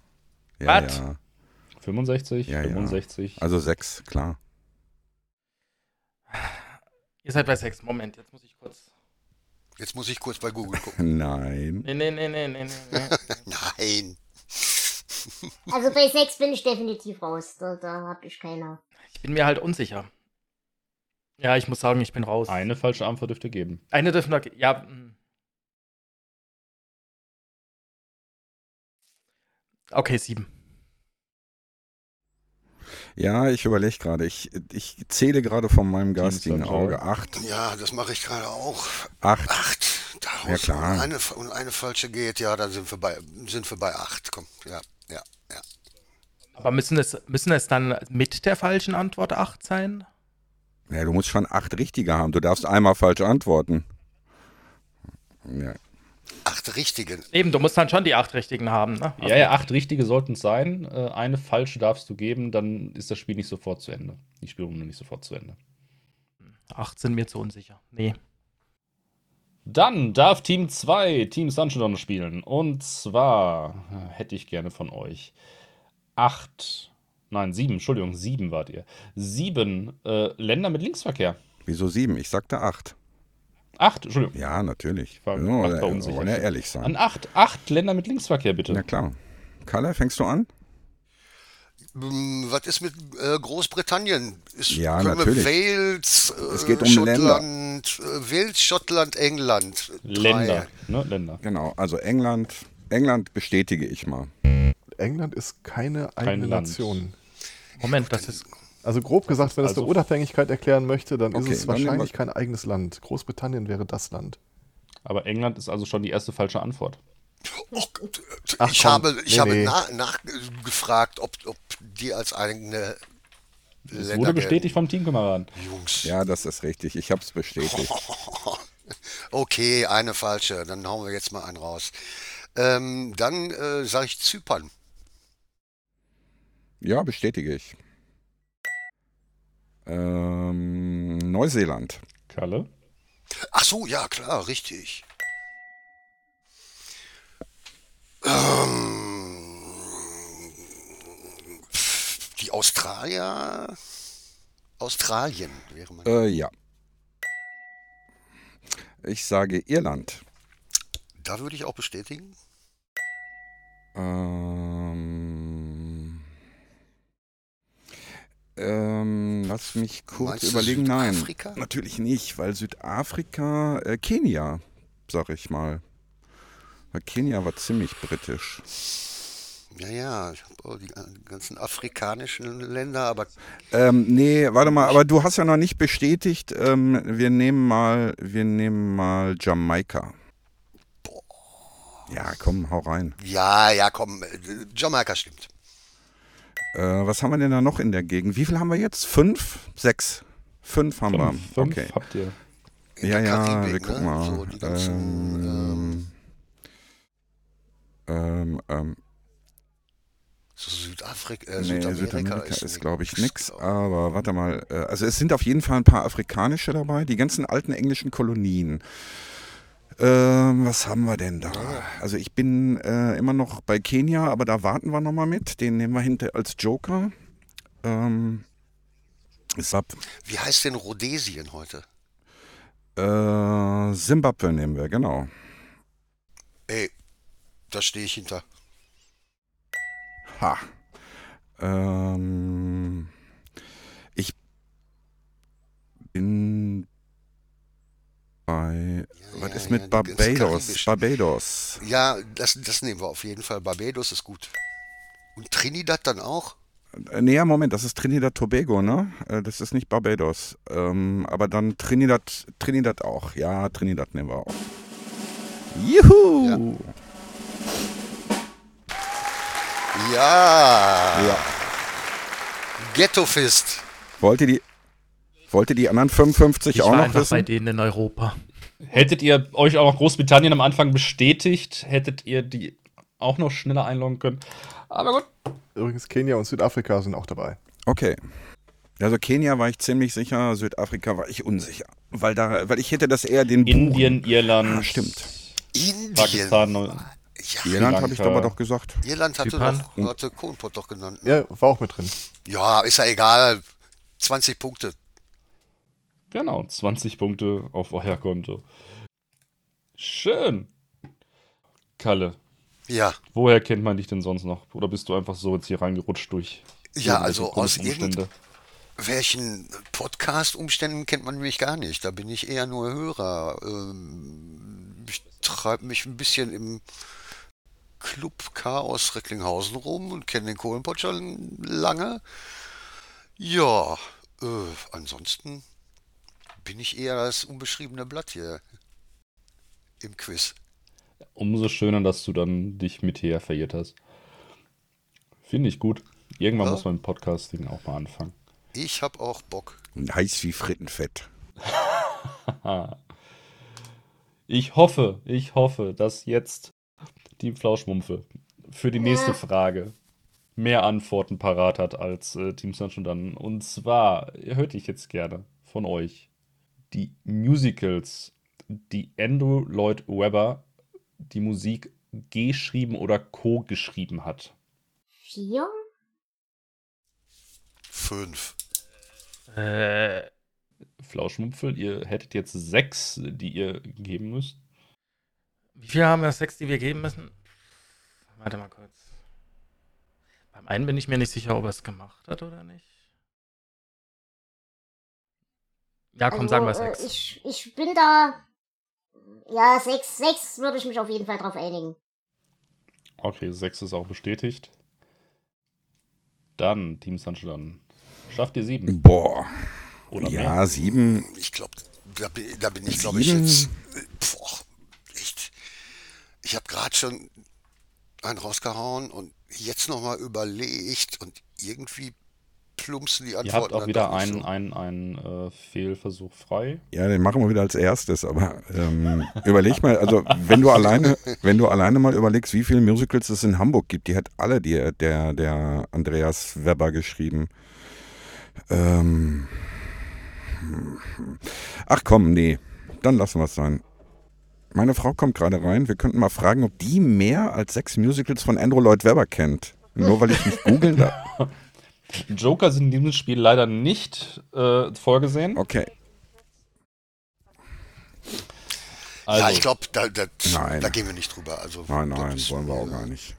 Ja,
Was?
ja.
65,
Ja, ja.
65.
Also sechs, klar.
Ihr seid bei sechs. Moment, jetzt muss ich kurz.
Jetzt muss ich kurz bei Google gucken.
Nein.
Nee, nee, nee, nee, nee, nee.
Nein.
Also bei sechs bin ich definitiv raus. Da, da hab ich keine.
Ich bin mir halt unsicher. Ja, ich muss sagen, ich bin raus.
Eine falsche Antwort dürft ihr geben.
Eine dürfen wir. ge- Ja. mm. Okay, sieben.
Ja, ich überlege gerade. Ich, ich zähle gerade von meinem geistigen
Sunshine.
Auge acht.
Ja, das mache ich gerade auch.
Acht.
Acht. Daraus
Ja, klar.
Und eine, und eine falsche geht, ja, dann sind wir bei, sind wir bei acht. Komm, ja, ja, ja.
Aber müssen es, müssen es dann mit der falschen Antwort 8 sein?
Ja, du musst schon acht richtige haben. Du darfst einmal falsch antworten. Ja.
Acht richtige.
Eben, du musst dann schon die 8 richtigen haben, ne? Also,
ja, ja, acht richtige sollten es sein. Äh, Eine falsche darfst du geben, dann ist das Spiel nicht sofort zu Ende. Die Spielrunde nicht sofort zu Ende.
8 Also sind mir zu unsicher. Nee.
Dann darf Team 2 Team Sunshine Donner spielen. Und zwar äh, hätte ich gerne von euch acht, nein, sieben, Entschuldigung, sieben wart ihr. Sieben äh, Länder mit Linksverkehr.
Wieso sieben? Ich sagte acht.
Acht, Entschuldigung.
Ja, natürlich.
war-
wir
war
wollen ja-
unsicher.
wollen ja ehrlich sein.
An acht, acht Länder mit Linksverkehr, bitte.
Na klar. Kalle, fängst du an?
Hm, Was ist mit äh, Großbritannien? Ist,
Ja,
können
natürlich.
Wir Wales, äh,
Es geht um
Schottland, äh, Wales, Schottland, England. Drei.
Länder, ne? Länder.
Genau, also England. England bestätige ich mal.
England ist keine
Kein
eigene
Land.
Nation.
Moment, das ist.
Also grob gesagt, wenn es
Also-
eine Unabhängigkeit erklären möchte, dann
Okay,
ist es
dann nehmen
wahrscheinlich
wir-
kein eigenes Land. Großbritannien wäre das Land.
Aber England ist also schon die erste falsche Antwort.
Och,
Ach,
ich
komm.
habe, ich
Nee,
habe
nee.
na- nachgefragt, ob, ob die als eigene
Es wurde
Länder gelten.
bestätigt vom Teamkameraden.
Jungs.
Ja, das ist richtig. Ich habe es bestätigt.
Okay, eine falsche. Dann hauen wir jetzt mal einen raus. Ähm, dann äh, sage ich Zypern.
Ja, bestätige ich. Ähm, Neuseeland.
Kalle?
Ach so, ja, klar, richtig. Ähm, die Australier. Australien wäre man.
Äh, ja. Ich sage Irland.
Da würde ich auch bestätigen.
Ähm, ähm, lass mich kurz
Meinst du
überlegen. Nein,
Südafrika?
natürlich nicht, weil Südafrika, äh, Kenia, sag ich mal. Weil Kenia war ziemlich britisch.
Ja, ja, oh, die ganzen afrikanischen Länder, aber
Ähm, nee, warte mal, aber du hast ja noch nicht bestätigt. Ähm, wir nehmen mal, wir nehmen mal Jamaika. Ja, komm, hau rein.
ja, ja, komm, äh, Jamaika stimmt.
Äh, was haben wir denn da noch in der Gegend? Wie viel haben wir jetzt? Fünf? Sechs? Fünf haben
Fünf,
wir.
fünf
Okay.
habt ihr.
In
ja,
der
ja,
Karibik,
wir gucken
ne?
mal.
So, die ganzen,
ähm, ähm, ähm,
So Südafrika, äh,
nee,
Südamerika, genau.
Südamerika ist,
nix,
glaube ich, nix.
glaub.
Aber warte mal. Äh, also, es sind auf jeden Fall ein paar afrikanische dabei. Die ganzen alten englischen Kolonien. Ähm, was haben wir denn da? Also, ich bin äh, immer noch bei Kenia, aber da warten wir nochmal mit. Den nehmen wir hinter als Joker. Ähm, Sub,
Wie heißt denn Rhodesien heute?
Äh, Simbabwe nehmen wir, genau.
Ey, da stehe ich hinter.
Ha. Ähm, ich bin bei. was ist mit
ja, die ganzen
Barbados?
karibischen.
Barbados.
Ja, das, das nehmen wir auf jeden Fall. Barbados ist gut. Und Trinidad dann auch?
Äh, Nee, ja, Moment, das ist Trinidad Tobago, ne? Äh, Das ist nicht Barbados. Ähm, aber dann Trinidad, Trinidad auch. Ja, Trinidad nehmen wir auch. Juhu!
Ja,
ja.
Ghetto Fist.
Wollt ihr die, wollt ihr die anderen 55
Ich
auch
war
noch
einfach bei
wissen?
denen in Europa.
Hättet ihr euch auch noch Großbritannien am Anfang bestätigt, hättet ihr die auch noch schneller einloggen können. Aber gut.
Übrigens, Kenia und Südafrika sind auch dabei.
Okay. Also Kenia war ich ziemlich sicher, Südafrika war ich unsicher, weil da, weil ich hätte das eher den
Indien, Irland.
Ah, stimmt.
Indien.
Pakistan. Neu-
Ja,
Buchen. Irland habe ich
Lanka.
aber doch gesagt.
Irland hatte,
Zypern.
doch, hatte Kohnpott doch genannt. ne?
Ja, war auch mit drin.
Ja, ist ja egal. 20 Punkte.
Genau, 20 Punkte auf euer Konto. Schön. Kalle,
Ja.
woher kennt man dich denn sonst noch? Oder bist du einfach so jetzt hier reingerutscht durch?
Ja,
irgendwelche
also aus
komischen
irgend-
Umstände?
Welchen Podcast-Umständen kennt man mich gar nicht? Da bin ich eher nur Hörer. Ähm, Ich treibe mich ein bisschen im Club Chaos Recklinghausen rum und kenne den Kohlenpott schon lange. Ja, äh, ansonsten bin ich eher das unbeschriebene Blatt hier im Quiz.
Umso schöner, dass du dann dich mit hier verirrt hast. Finde ich gut. Irgendwann
Ja.
muss man mit Podcasting auch mal anfangen.
Ich habe auch Bock.
Heiß wie Frittenfett.
Ich hoffe, ich hoffe, dass jetzt die Flauschmumpfe für die nächste Frage mehr Antworten parat hat als äh, Team Sunshine dann. Und zwar hörte ich jetzt gerne von euch die Musicals, die Andrew Lloyd Webber die Musik geschrieben oder co-geschrieben hat.
Vier?
Fünf.
Äh,
Flauschmumpfel, ihr hättet jetzt sechs, die ihr geben müsst.
wie viel haben wir sechs, die wir geben müssen? Warte mal kurz. Beim einen bin ich mir nicht sicher, ob er es gemacht hat oder nicht. Ja, Ah, komm, sagen wir
Also, äh,
sechs.
Ich, ich bin da. Ja, sechs, sechs würde ich mich auf jeden Fall drauf einigen.
Okay, 6 ist auch bestätigt. Dann Team Sunshine. Schafft ihr 7
Boah.
oder mehr?
ja, sieben.
Ich glaube, da, bin- da bin ich, glaube ich,
Sieben.
jetzt. Boah, echt. Ich habe gerade schon einen rausgehauen und jetzt nochmal überlegt und irgendwie plumpsen die
Ihr
Antworten.
habt auch
dann
wieder
doch nicht
einen, einen, einen äh, Fehlversuch frei.
Ja, den machen wir wieder als erstes, aber ähm, überleg mal, also wenn du alleine, wenn du alleine mal überlegst, wie viele Musicals es in Hamburg gibt, die hat alle die, der, der Andreas Weber geschrieben. Ähm, ach komm, nee, dann lassen wir es sein. Meine Frau kommt gerade rein, wir könnten mal fragen, ob die mehr als sechs Musicals von Andrew Lloyd Webber kennt. Nur weil ich nicht googeln darf.
Joker sind in diesem Spiel leider nicht äh, vorgesehen.
Okay,
So.
Also,
ja, ich glaube, da, da,
Nein.
da gehen wir nicht drüber. Also,
nein,
das
nein,
ist
wollen wir auch
mir
gar nicht.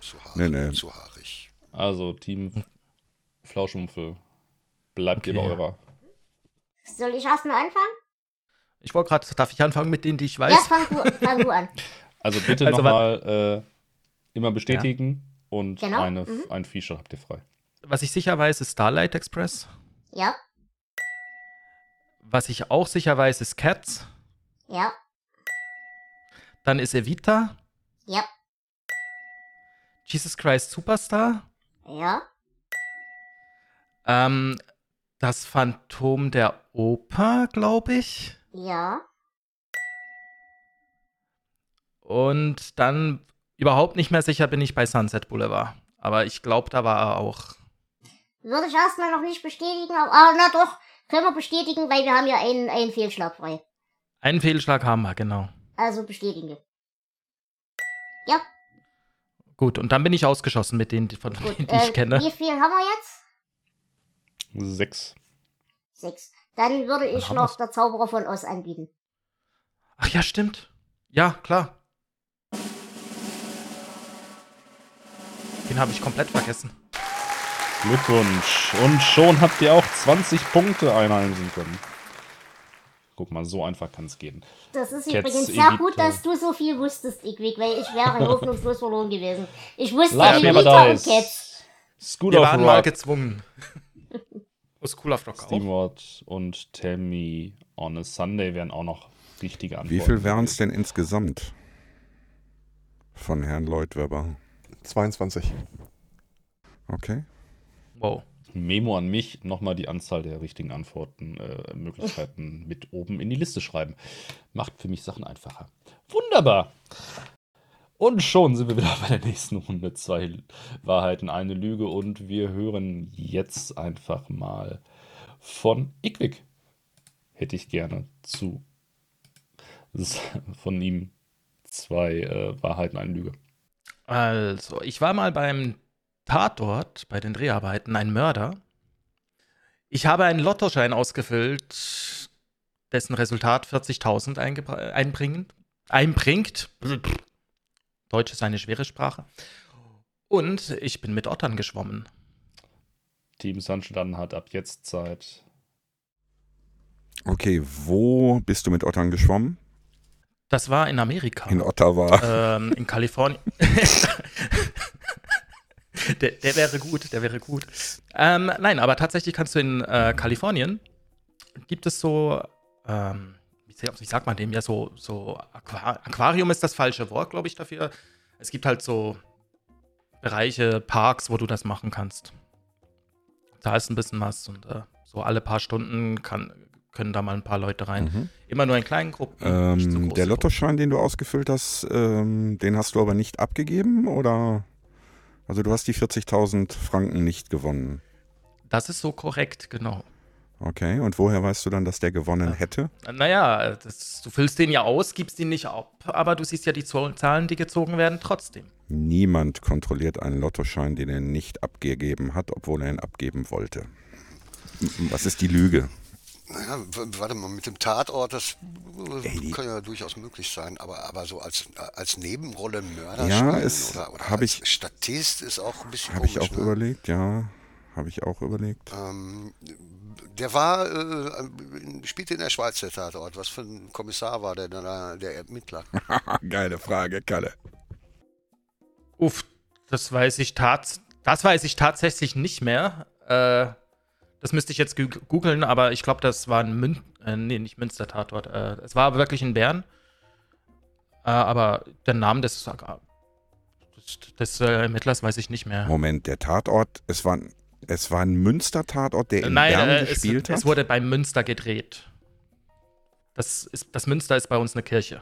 Zu haarig.
Nee, nee.
Zu haarig.
also Team Flauschmumpfel. Bleibt ihr bei
Okay.
eurer.
Soll ich erstmal anfangen?
Ich wollte gerade, darf ich anfangen mit denen, die ich weiß?
Ja, fang du, fang du an.
Also bitte
Also,
nochmal äh, immer bestätigen und
Genau,
eine,
mhm.
ein Feature habt ihr frei.
Was ich sicher weiß, ist Starlight Express.
Ja,
Was ich auch sicher weiß, ist Cats.
ja,
Dann ist Evita.
ja,
Jesus Christ Superstar.
ja,
Ähm, das Phantom der Oper, glaube ich.
ja,
Und dann überhaupt nicht mehr sicher bin ich bei Sunset Boulevard. Aber ich glaube, da war er auch.
Würde ich erstmal noch nicht bestätigen, aber ah, na doch, können wir bestätigen, weil wir haben ja einen, einen Fehlschlag frei.
Einen Fehlschlag haben wir, genau.
Also bestätigen wir.
Gut, und dann bin ich ausgeschossen mit denen, die- von denen
Gut,
die
äh,
ich kenne.
wie viel haben wir jetzt?
Sechs.
Sechs. Dann würde ich
haben
noch
wir's.
der Zauberer von Oz anbieten.
Ach ja, stimmt. Ja, klar. Den habe ich komplett vergessen.
Glückwunsch. Und schon habt ihr auch 20 Punkte einheimsen können. Guck mal, so einfach kann es gehen.
Das ist
Jetzt
übrigens sehr
Evita.
gut,
äh,
dass du so viel wusstest, Igwig, weil ich wäre hoffnungslos verloren gewesen. Ich wusste
Last Paper
Evita und Cats.
Äh, Dice. School
Wir
of
waren mal
Rock.
gezwungen. Aus School of Rock auch.
Steamward und Tell Me on a Sunday wären auch noch richtige Antworten.
Wie viel wären es denn insgesamt von Herrn Lloyd Webber?
22.
Okay.
Wow.
Memo an mich, nochmal die Anzahl der richtigen Antworten, äh, Möglichkeiten mit oben in die Liste schreiben. Macht für mich Sachen einfacher. Wunderbar. Und schon sind wir wieder bei der nächsten Runde. Zwei Wahrheiten, eine Lüge. Und wir hören jetzt einfach mal von Ickwick. Hätte ich gerne zu von ihm zwei äh, Wahrheiten, eine Lüge.
Also, ich war mal beim Tatort, bei den Dreharbeiten, ein Mörder. Ich habe einen Lottoschein ausgefüllt, dessen Resultat 40.000 eingebra- einbringend- einbringt. Deutsch ist eine schwere Sprache. Und ich bin mit Ottern geschwommen.
Team Sunshine hat ab jetzt Zeit.
Okay, wo bist du mit Ottern geschwommen?
Das war in Amerika.
In Ottawa.
ähm, in Kalifornien. der, der wäre gut, der wäre gut. Ähm, nein, aber tatsächlich kannst du in äh, Kalifornien, gibt es so, ähm, wie sa- wie sagt man dem, ja, so, so Aqua Aquarium ist das falsche Wort, glaube ich, dafür. Es gibt halt so Bereiche, Parks, wo du das machen kannst. Zahlst ein bisschen was und äh, so alle paar Stunden kann, können da mal ein paar Leute rein.
Mhm.
Immer nur in kleinen Gruppen. Äh, nicht so
Ähm,
große
der
Gruppen.
Lottoschein, den du ausgefüllt hast, ähm, den hast du aber nicht abgegeben oder? Also du hast die 40.000 Franken nicht gewonnen.
Das ist so korrekt, genau.
Okay, und woher weißt du dann, dass der
Ah.
gewonnen hätte?
Naja, das, du füllst den ja aus, gibst ihn nicht ab, aber du siehst ja die Zo- Zahlen, die gezogen werden, trotzdem.
Niemand kontrolliert einen Lottoschein, den er nicht abgegeben hat, obwohl er ihn abgeben wollte. Was ist die Lüge?
Naja, w- warte mal, mit dem Tatort, das
die-
äh, kann ja durchaus möglich sein, aber, aber so als, als Nebenrolle Mörder
Ja,
spielen
es
oder, oder
hab
als
ich-
Statist ist auch ein bisschen
Habe ich
komisch.
auch
ne?
überlegt, ja. Habe ich auch überlegt.
Ähm, der war, äh, in- spielte in der Schweiz der Tatort. Was für ein Kommissar war der, der, der Ermittler?
Geile Frage, Kalle.
Uff, das weiß ich tats das weiß ich tatsächlich nicht mehr. Äh, das müsste ich jetzt gü- googeln, aber ich glaube, das war ein Mün äh, nee, nicht Münster Tatort. Äh, es war wirklich in Bern. Äh, aber der Name des, des, des äh, Ermittlers weiß ich nicht mehr.
Moment, der Tatort, es war, ein- es war ein Münster-Tatort, der in
Nein,
Bern
äh, es,
gespielt
es
hat.
wurde bei Münster gedreht. Das, ist, das Münster ist bei uns eine Kirche.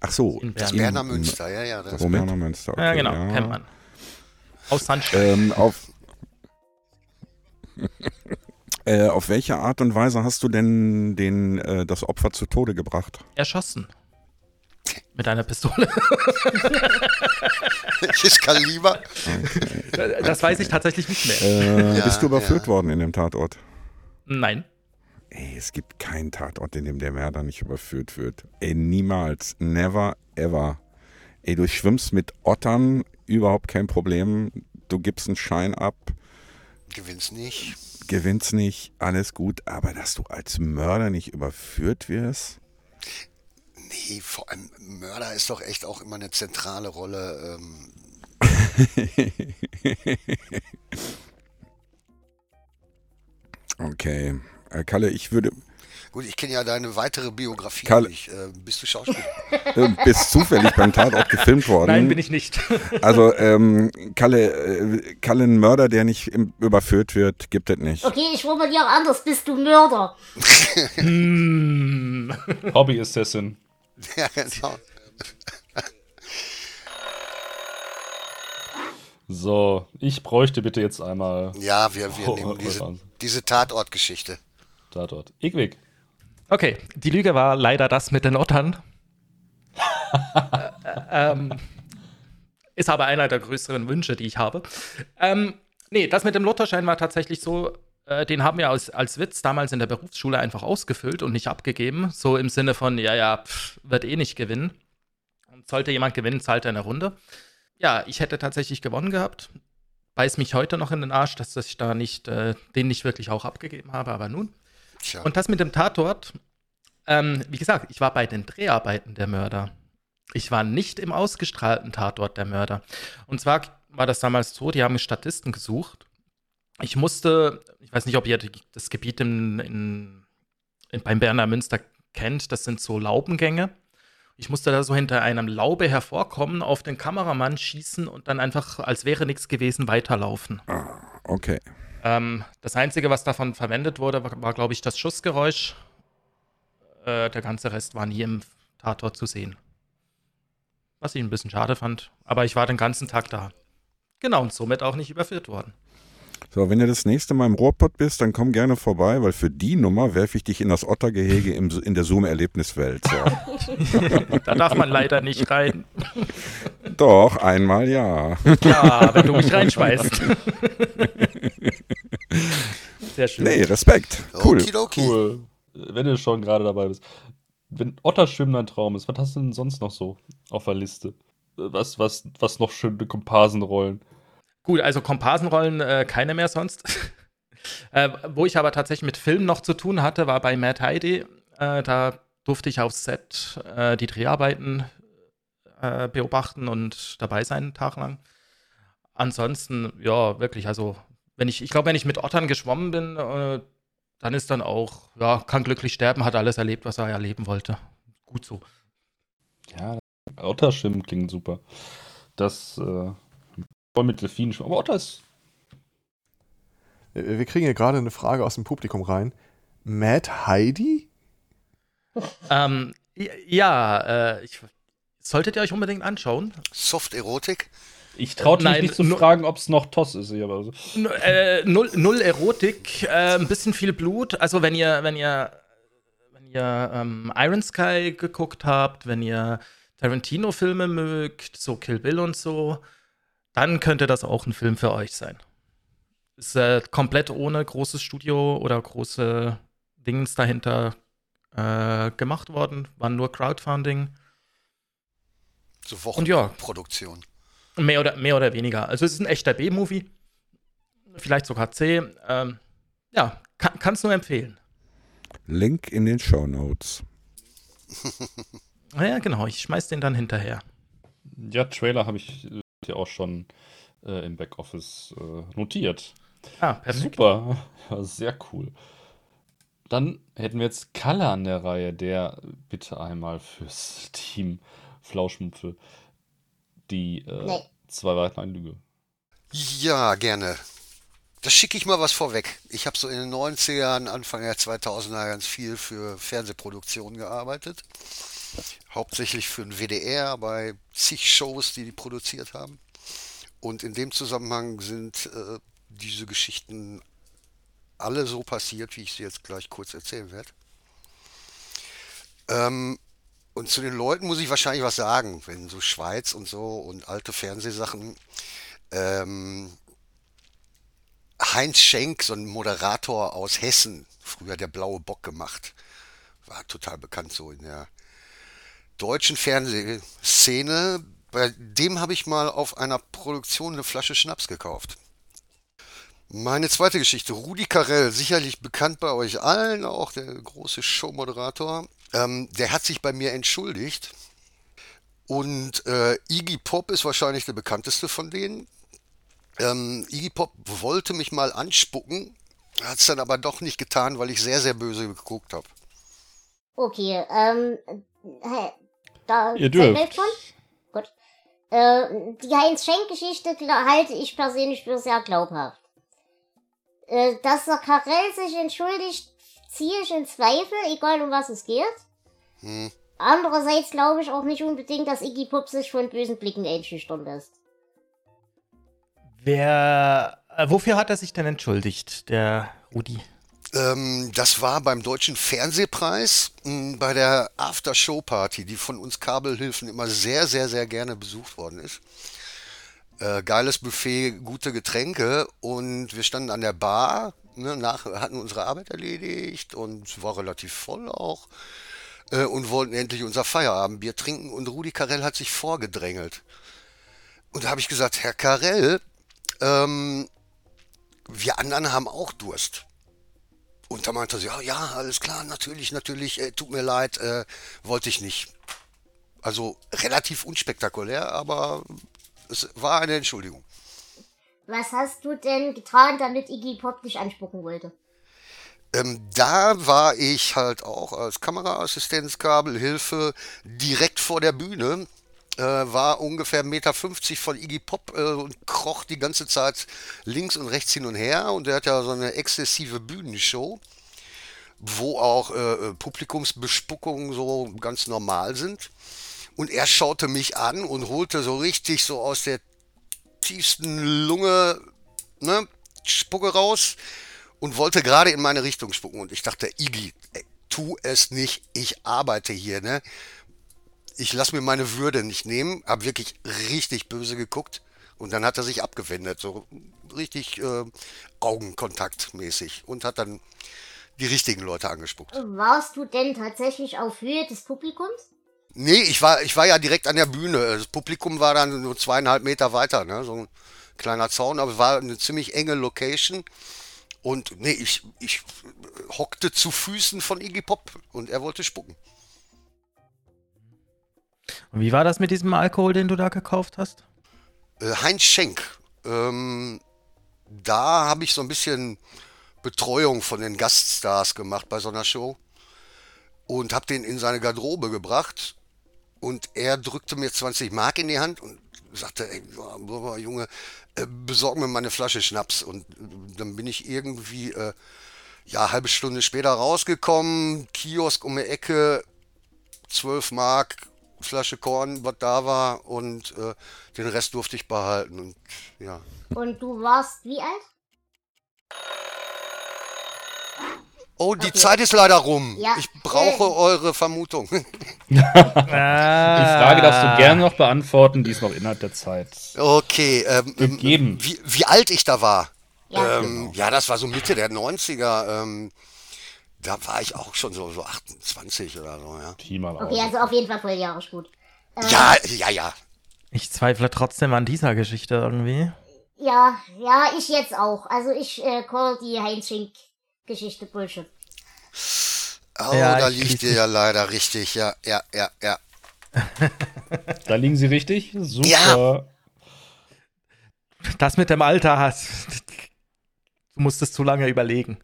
Ach so,
in Bern.
Das
Im-
Berner Münster, ja, ja. Das,
Moment. Münster, okay,
ja, genau, kennt man. Aus Sandstein.
Ähm, auf, äh, auf welche Art und Weise hast du denn den, äh, das Opfer zu Tode gebracht?
Erschossen. Mit einer Pistole.
welches Kaliber?
Das weiß ich tatsächlich nicht mehr.
Äh,
Ja,
bist du überführt
ja.
worden in dem Tatort?
Nein.
Ey, es gibt keinen Tatort, in dem der Mörder nicht überführt wird. Ey, niemals. Never, ever. Ey, du schwimmst mit Ottern, überhaupt kein Problem. Du gibst einen Schein ab,
Gewinn's nicht.
gewinnst nicht, alles gut. Aber dass du als Mörder nicht überführt wirst,
Nee, vor allem Mörder ist doch echt auch immer eine zentrale Rolle. Ähm,
okay. Äh, Kalle, ich würde,
gut, ich kenne ja deine weitere Biografie
Karl-
nicht. Äh, bist du Schauspieler?
äh, bist zufällig beim Tatort gefilmt worden.
Nein, bin ich nicht.
Also, ähm, Kalle, äh, Kalle, ein Mörder, der nicht im, überführt wird, gibt es nicht.
Okay, ich formuliere anders. Bist du Mörder?
Hm.
Hobby-Assassin.
ja, genau.
So, ich bräuchte bitte jetzt einmal
Ja, wir, wir
Oh,
nehmen diese,
Wahnsinn.
diese Tatortgeschichte.
Tatort. Igwig.
Okay, die Lüge war leider das mit den Ottern. Ä- ähm, ist aber einer der größeren Wünsche, die ich habe. Ähm, nee, das mit dem Lottoschein war tatsächlich so, äh, den haben wir als, als Witz damals in der Berufsschule einfach ausgefüllt und nicht abgegeben. So im Sinne von, ja, ja, pff, wird eh nicht gewinnen. Und sollte jemand gewinnen, zahlt er eine Runde. Ja, ich hätte tatsächlich gewonnen gehabt. Beiß mich heute noch in den Arsch, dass ich da nicht, äh, den nicht wirklich auch abgegeben habe, aber nun.
Tja,
Und das mit dem Tatort, ähm, wie gesagt, ich war bei den Dreharbeiten der Mörder. Ich war nicht im ausgestrahlten Tatort der Mörder. Und zwar war das damals so, die haben Statisten gesucht. Ich musste, ich weiß nicht, ob ihr die- das Gebiet in, in, in, beim Berner Münster kennt, das sind so Laubengänge. Ich musste da so hinter einem Laube hervorkommen, auf den Kameramann schießen und dann einfach, als wäre nichts gewesen, weiterlaufen.
Okay.
Ähm, das Einzige, was davon verwendet wurde, war, war glaube ich, das Schussgeräusch. Äh, der ganze Rest war nie im Tatort zu sehen. Was ich ein bisschen schade fand. Aber ich war den ganzen Tag da. Genau, und somit auch nicht überführt worden.
So, wenn du das nächste Mal im Ruhrpott bist, dann komm gerne vorbei, weil für die Nummer werfe ich dich in das Ottergehege im, in der Zoom-Erlebniswelt. So.
Da darf man leider nicht rein.
Doch, einmal ja.
Ja, wenn du mich reinschmeißt. Sehr schön.
Nee, Respekt. Cool.
Okidoki.
Cool. Wenn du schon gerade dabei bist. Wenn Otterschwimmen dein Traum ist, was hast du denn sonst noch so auf der Liste? Was, was, was noch schöne Komparsenrollen?
Gut, also Komparsenrollen äh, keine mehr sonst. äh, wo ich aber tatsächlich mit Film noch zu tun hatte, war bei Matt Heidi. Äh, da durfte ich aufs Set äh, die Dreharbeiten äh, beobachten und dabei sein, einen Tag lang. Ansonsten, ja, wirklich, also Wenn ich, ich glaube, wenn ich mit Ottern geschwommen bin, äh, dann ist dann auch, ja, kann glücklich sterben, hat alles erlebt, was er erleben wollte. Gut so.
Ja, Otterschwimmen klingt super. Das, äh, voll mit Delfinen schwimmen. Aber Otter ist,
Äh, Wir kriegen hier gerade eine Frage aus dem Publikum rein. Mad Heidi?
Ähm, i- ja, äh, ich, solltet ihr euch unbedingt anschauen.
Soft-Erotik?
ich traute mich
Nein,
nicht zu
nur-
fragen, ob es noch Toss ist. Ich aber so.
N äh, null, null Erotik, äh, ein bisschen viel Blut. Also wenn ihr, wenn ihr, wenn ihr ähm, Iron Sky geguckt habt, wenn ihr Tarantino-Filme mögt, so Kill Bill und so, dann könnte das auch ein Film für euch sein. Ist äh, komplett ohne großes Studio oder große Dings dahinter äh, gemacht worden, war nur Crowdfunding.
So
Und ja.
Wochenproduktion.
Mehr oder, mehr oder weniger. Also es ist ein echter B-Movie. Vielleicht sogar C. Ähm, ja, kann, kann's nur empfehlen.
Link in den Show Notes.
Ah Ja, genau. Ich schmeiß den dann hinterher.
Ja, Trailer habe ich äh, ja auch schon äh, im Backoffice äh, notiert.
Ah, perfekt.
Super, ja, sehr cool. Dann hätten wir jetzt Kalle an der Reihe, der bitte einmal fürs Team Flauschmupfel die äh,
Nee.
zwei Wahrheiten eine Lüge.
Ja, gerne. Das schicke ich mal was vorweg. Ich habe so in den 90ern, Anfang der 2000er ganz viel für Fernsehproduktionen gearbeitet. Hauptsächlich für den WDR bei zig Shows, die die produziert haben. Und in dem Zusammenhang sind äh, diese Geschichten alle so passiert, wie ich sie jetzt gleich kurz erzählen werde. Ähm, und zu den Leuten muss ich wahrscheinlich was sagen, wenn so Schweiz und so und alte Fernsehsachen ähm, Heinz Schenk, so ein Moderator aus Hessen, früher der blaue Bock gemacht. War total bekannt so in der deutschen Fernsehszene. Bei dem habe ich mal auf einer Produktion eine Flasche Schnaps gekauft. Meine zweite Geschichte, Rudi Carell, sicherlich bekannt bei euch allen, auch der große Showmoderator. Ähm, der hat sich bei mir entschuldigt, und äh, Iggy Pop ist wahrscheinlich der bekannteste von denen. Ähm, Iggy Pop wollte mich mal anspucken, hat es dann aber doch nicht getan, weil ich sehr, sehr böse geguckt habe.
Okay, ähm, hä, da
Ihr dürft.
Zeitwelt schon? Gut. Äh, die Heinz-Schenk-Geschichte gla- halte ich persönlich für sehr glaubhaft. Äh, dass der Karel sich entschuldigt, ziehe ich in Zweifel, egal um was es geht.
Hm.
Andererseits glaube ich auch nicht unbedingt, dass Iggy Pop sich von bösen Blicken einschüchtern lässt.
Wer, äh, wofür hat er sich denn entschuldigt, der Rudi?
Ähm, das war beim Deutschen Fernsehpreis mh, bei der After-Show-Party, die von uns Kabelhilfen immer sehr, sehr, sehr gerne besucht worden ist. Äh, geiles Buffet, gute Getränke und wir standen an der Bar, ne, nach, hatten unsere Arbeit erledigt und war relativ voll auch äh, und wollten endlich unser Feierabendbier trinken und Rudi Carell hat sich vorgedrängelt. Und da habe ich gesagt, Herr Carell, ähm, wir anderen haben auch Durst. Und da meinte sie, "Ah, ja, ja, alles klar, natürlich, natürlich, äh, tut mir leid, äh, wollte ich nicht. Also relativ unspektakulär, aber es war eine Entschuldigung.
Was hast du denn getan, damit Iggy Pop dich anspucken wollte?
Ähm, da war ich halt auch als Kameraassistenz, Kabelhilfe direkt vor der Bühne, äh, war ungefähr 1,50 Meter von Iggy Pop äh, und kroch die ganze Zeit links und rechts hin und her. Und er hat ja so eine exzessive Bühnenshow, wo auch äh, Publikumsbespuckungen so ganz normal sind. Und er schaute mich an und holte so richtig so aus der tiefsten Lunge ne, Spucke raus und wollte gerade in meine Richtung spucken. Und ich dachte, Iggy, ey, tu es nicht, ich arbeite hier, ne? Ich lass mir meine Würde nicht nehmen, hab wirklich richtig böse geguckt. Und dann hat er sich abgewendet, so richtig äh, Augenkontaktmäßig und hat dann die richtigen Leute angespuckt.
Warst du denn tatsächlich auf Höhe des Publikums?
Nee, ich war, ich war ja direkt an der Bühne. Das Publikum war dann nur zweieinhalb Meter weiter, ne? So ein kleiner Zaun, aber es war eine ziemlich enge Location. Und nee, ich, ich hockte zu Füßen von Iggy Pop und er wollte spucken.
Und wie war das mit diesem Alkohol, den du da gekauft hast?
Äh, Heinz Schenk, ähm, da habe ich so ein bisschen Betreuung von den Gaststars gemacht bei so einer Show und habe den in seine Garderobe gebracht und er drückte mir 20 Mark in die Hand und sagte, ey, boah, Junge, äh, besorg mir mal eine Flasche Schnaps. Und äh, dann bin ich irgendwie, äh, ja, halbe Stunde später rausgekommen, Kiosk um die Ecke, 12 Mark, Flasche Korn, was da war und äh, den Rest durfte ich behalten. Und ja,
Und du warst wie alt?
Oh, die
Okay.
Zeit ist leider rum.
Ja.
Ich brauche
Äh.
eure Vermutung.
Ah.
Die Frage darfst du gerne noch beantworten, die ist noch innerhalb der Zeit.
Okay, ähm, ähm,
Gegeben.
wie, wie alt ich da war?
Ja.
Genau.
ähm, ja das war so Mitte der 90er. Ähm, da war ich auch schon so, so 28 oder so, ja.
Pi mal
Okay,
Auge.
also auf jeden Fall volljährig gut. Äh,
Ja, ja, ja.
Ich zweifle trotzdem an dieser Geschichte irgendwie.
Ja, ja, ich jetzt auch. Also ich äh, call die Heinz Schink-Geschichte Bullshit.
Oh,
Ja,
da
ich
liegt
krieg's
ihr ja leider richtig. Ja, ja, ja, ja.
Da liegen sie richtig? Super.
Das mit dem Alter hast. Du musstest zu lange überlegen.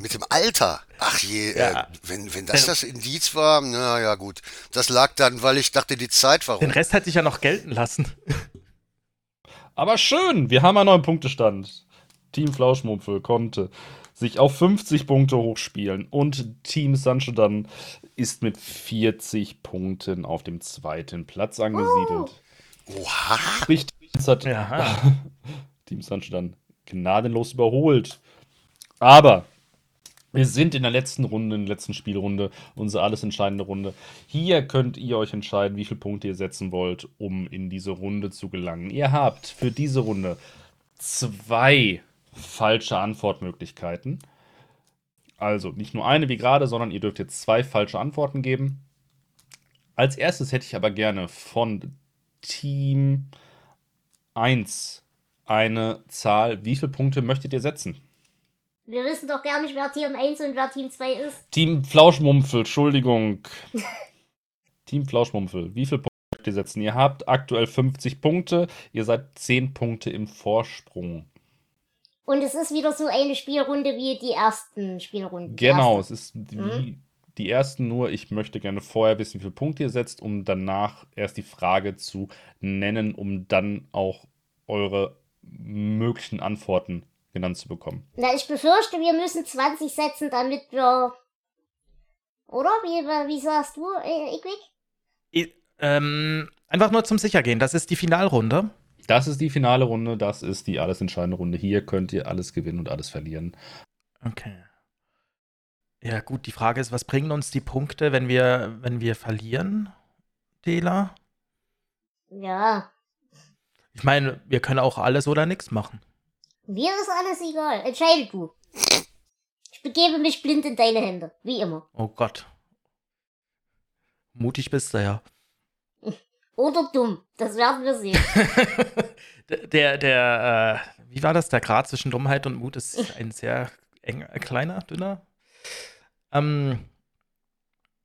Mit dem Alter. Ach je, äh,
Ja.
wenn, wenn das das Indiz war, na ja, gut. Das lag dann, weil ich dachte, die Zeit war
Den
rum.
Rest hätte ich ja noch gelten lassen.
Aber schön, wir haben einen neuen Punktestand. Team Flauschmumpfel konnte sich auf 50 Punkte hochspielen und Team Sancho dann ist mit 40 Punkten auf dem zweiten Platz angesiedelt.
Oha.
Sprich, Team hat
Ja.
Team Sancho dann gnadenlos überholt. Aber wir sind in der letzten Runde, in der letzten Spielrunde, unsere alles entscheidende Runde. Hier könnt ihr euch entscheiden, wie viele Punkte ihr setzen wollt, um in diese Runde zu gelangen. Ihr habt für diese Runde zwei falsche Antwortmöglichkeiten. Also nicht nur eine wie gerade, sondern ihr dürft jetzt zwei falsche Antworten geben. Als erstes hätte ich aber gerne von Team 1 eine Zahl. Wie viele Punkte möchtet ihr setzen?
Wir wissen doch gar nicht, wer Team 1 und wer Team 2 ist.
Team Flauschmumpfel, Entschuldigung. Team Flauschmumpfel, wie viele Punkte möchtet ihr setzen? Ihr habt aktuell 50 Punkte, ihr seid 10 Punkte im Vorsprung.
Und es ist wieder so eine Spielrunde wie die ersten Spielrunden. die
Genau,
ersten.
es ist wie die ersten nur, ich möchte gerne vorher wissen, wie viele Punkte ihr setzt, um danach erst die Frage zu nennen, um dann auch eure möglichen Antworten genannt zu bekommen.
Na, ich befürchte, wir müssen 20 setzen, damit wir. Oder? Wie, wie sagst du, äh, Iquick?
Ich- Ähm, einfach nur zum Sichergehen. Das ist die Finalrunde.
Das ist die finale Runde, das ist die alles entscheidende Runde. Hier könnt ihr alles gewinnen und alles verlieren.
Okay. Ja, gut, die Frage ist, was bringen uns die Punkte, wenn wir, wenn wir verlieren, Dela?
Ja.
Ich meine, wir können auch alles oder nichts machen.
Mir ist alles egal. Entscheide du. Ich begebe mich blind in deine Hände. Wie immer.
Oh Gott. Mutig bist du ja.
Oder dumm. Das werden wir sehen.
D- der, der, äh, wie war das? Der Grad zwischen Dummheit und Mut ist ein sehr eng, äh, kleiner, dünner. Ähm,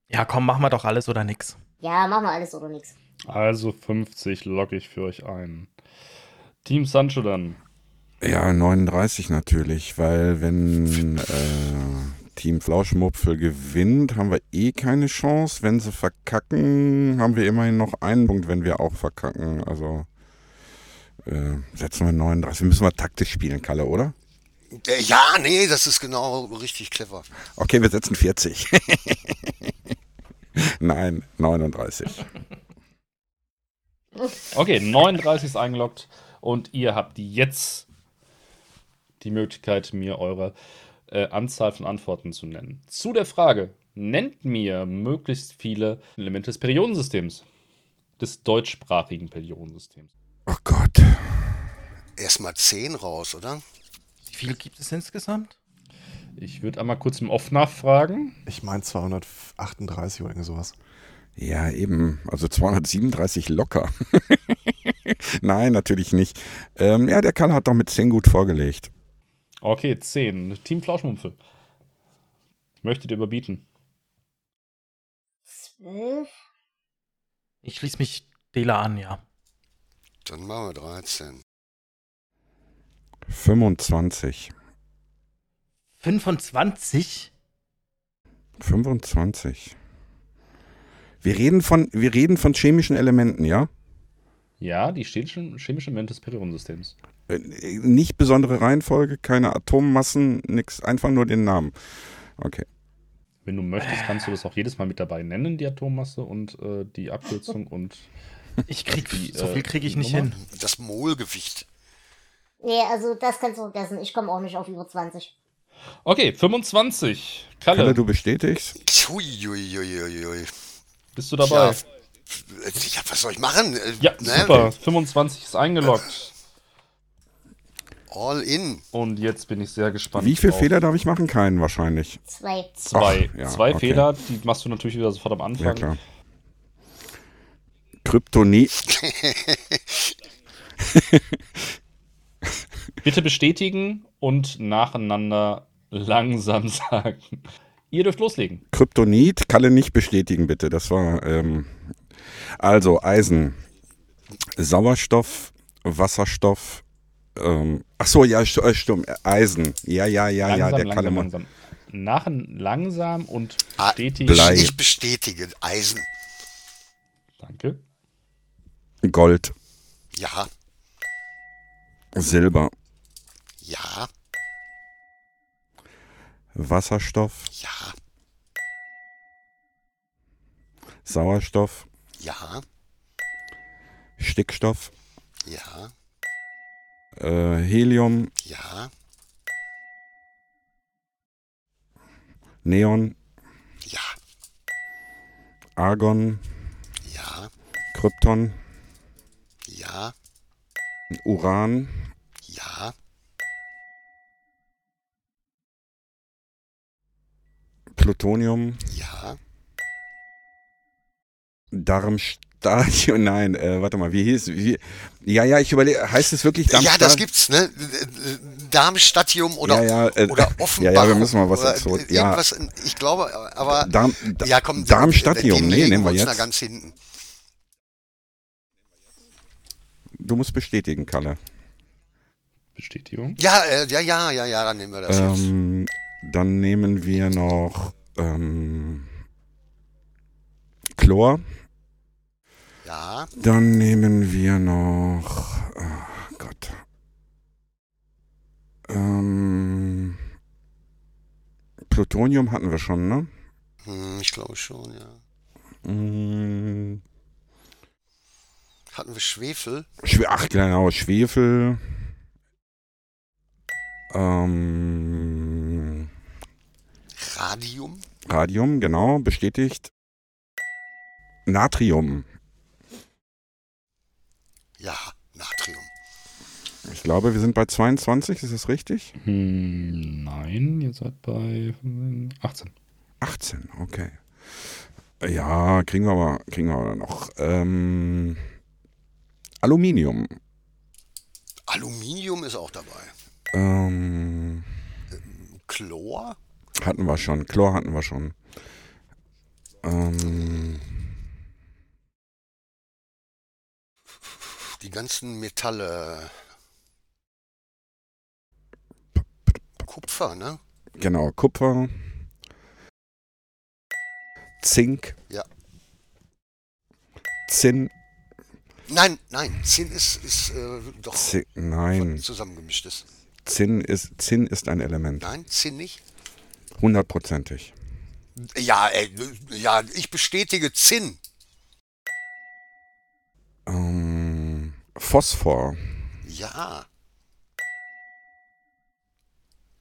ja, komm, machen wir doch alles oder nichts.
ja, machen wir alles oder nichts.
Also 50 locke ich für euch ein. Team Sancho dann.
Ja, 39 natürlich, weil wenn äh, Team Flauschmupfel gewinnt, haben wir eh keine Chance. Wenn sie verkacken, haben wir immerhin noch einen Punkt, wenn wir auch verkacken. Also äh, setzen wir 39. Müssen wir taktisch spielen, Kalle, oder?
Äh, Ja, nee, das ist genau richtig clever.
Okay, wir setzen 40. Nein, 39.
Okay, 39 ist eingeloggt und ihr habt jetzt die Möglichkeit, mir eure äh, Anzahl von Antworten zu nennen. Zu der Frage, nennt mir möglichst viele Elemente des Periodensystems, des deutschsprachigen Periodensystems.
Oh Gott.
Erstmal 10 raus, oder?
Wie viel gibt es insgesamt?
Ich würde einmal kurz im Off nachfragen.
Ich meine 238 oder irgend sowas.
Ja, eben. Also 237 locker. Nein, natürlich nicht. Ähm, ja, der Kalle hat doch mit 10 gut vorgelegt.
Okay, 10. Team Flauschmumpfel. Möchtet ihr überbieten?
Zwölf?
Ich schließe mich Dela an, ja.
Dann machen wir 13.
25.
25?
25. Wir reden von, wir reden von chemischen Elementen, ja?
Ja, die chemischen, chemischen Elemente des Perionsystems.
Äh, Nicht besondere Reihenfolge, keine Atommassen, nix, einfach nur den Namen. Okay.
Wenn du möchtest, kannst du das auch jedes Mal mit dabei nennen, die Atommasse und äh, die Abkürzung und
Ich krieg,
Die,
so
äh,
viel kriege ich
die
nicht
Nummer?
hin.
Das Molgewicht.
Nee, also das kannst du vergessen. Ich komme auch nicht auf über 20.
Okay, 25. Kalle,
Kalle, du bestätigst?
Huiuiuiuiui.
bist du dabei?
Ja, was soll ich machen? Äh,
Ja,
ne?
super. 25 ist eingeloggt.
All in.
Und jetzt bin ich sehr gespannt.
Wie viele
auf
Fehler darf ich machen? Keinen wahrscheinlich.
Zwei.
Zwei.
Ach, ja,
Zwei
okay.
Fehler, die machst du natürlich wieder sofort am
Ja,
Anfang.
klar. Kryptonit.
Bitte bestätigen und nacheinander langsam sagen. Ihr dürft loslegen.
Kryptonit, Kalle nicht bestätigen, bitte. Das war. Ähm, also, Eisen, Sauerstoff, Wasserstoff. Ähm, ach so, ja, st- äh, stimmt. Eisen. Ja, ja, Ah, ja, ja, der Kalle.
langsam,
macht-
langsam. Nachen langsam und
Ah,
bestätigen.
Blei.
Ich bestätige. Eisen.
Danke.
Gold,
Ja.
Silber,
Ja.
Wasserstoff,
Ja.
Sauerstoff,
Ja.
Stickstoff,
Ja.
äh, Helium,
Ja.
Neon,
Ja.
Argon,
Ja.
Krypton,
Ja.
Uran,
Ja.
Plutonium,
Ja.
Darmstadion. Nein, äh, warte mal, wie hieß wie, Ja, ja, ich überlege, heißt es wirklich
Ja,
Darmstadt?
das gibt's, ne? Darmstadium oder,
Ja, ja, äh,
oder Offenbach.
ja, ja, wir müssen mal was
oder
dazu- ja.
Irgendwas, in- ich glaube, aber.
Darm, da,
ja, komm,
Darmstadium,
den
nee,
legen
nehmen wir
uns da
jetzt.
Ganz hinten.
Du musst bestätigen, Kalle.
Bestätigung.
Ja, äh, ja, ja, ja, ja, dann nehmen wir das jetzt.
Ähm, dann nehmen wir noch ähm, Chlor.
Ja,
Dann nehmen wir noch. Oh Gott. Ähm, Plutonium hatten wir schon, ne?
hm, ich glaube schon, ja.
Mm,
Hatten wir Schwefel?
Schwe- Ach, genau, Schwefel. Ähm,
Radium?
Radium, genau, bestätigt. Natrium.
Ja, Natrium.
Ich glaube, wir sind bei 22, ist das richtig?
Hm, nein, ihr seid bei 18.
18, okay. Ja, kriegen wir aber, kriegen wir aber noch. Ähm, Aluminium.
Aluminium ist auch dabei.
Ähm,
Chlor?
hatten wir schon. Chlor hatten wir schon. Ähm,
Die ganzen Metalle. Kupfer, ne?
genau, Kupfer. Zink.
Ja.
Zinn.
Nein, nein, Zinn ist, ist äh, doch
Zinn nein,
zusammengemischtes.
Zinn ist, Zinn ist ein Element.
Nein, Zinn nicht?
Hundertprozentig.
Ja, ey, ja, ich bestätige Zinn.
Ähm, Phosphor.
Ja.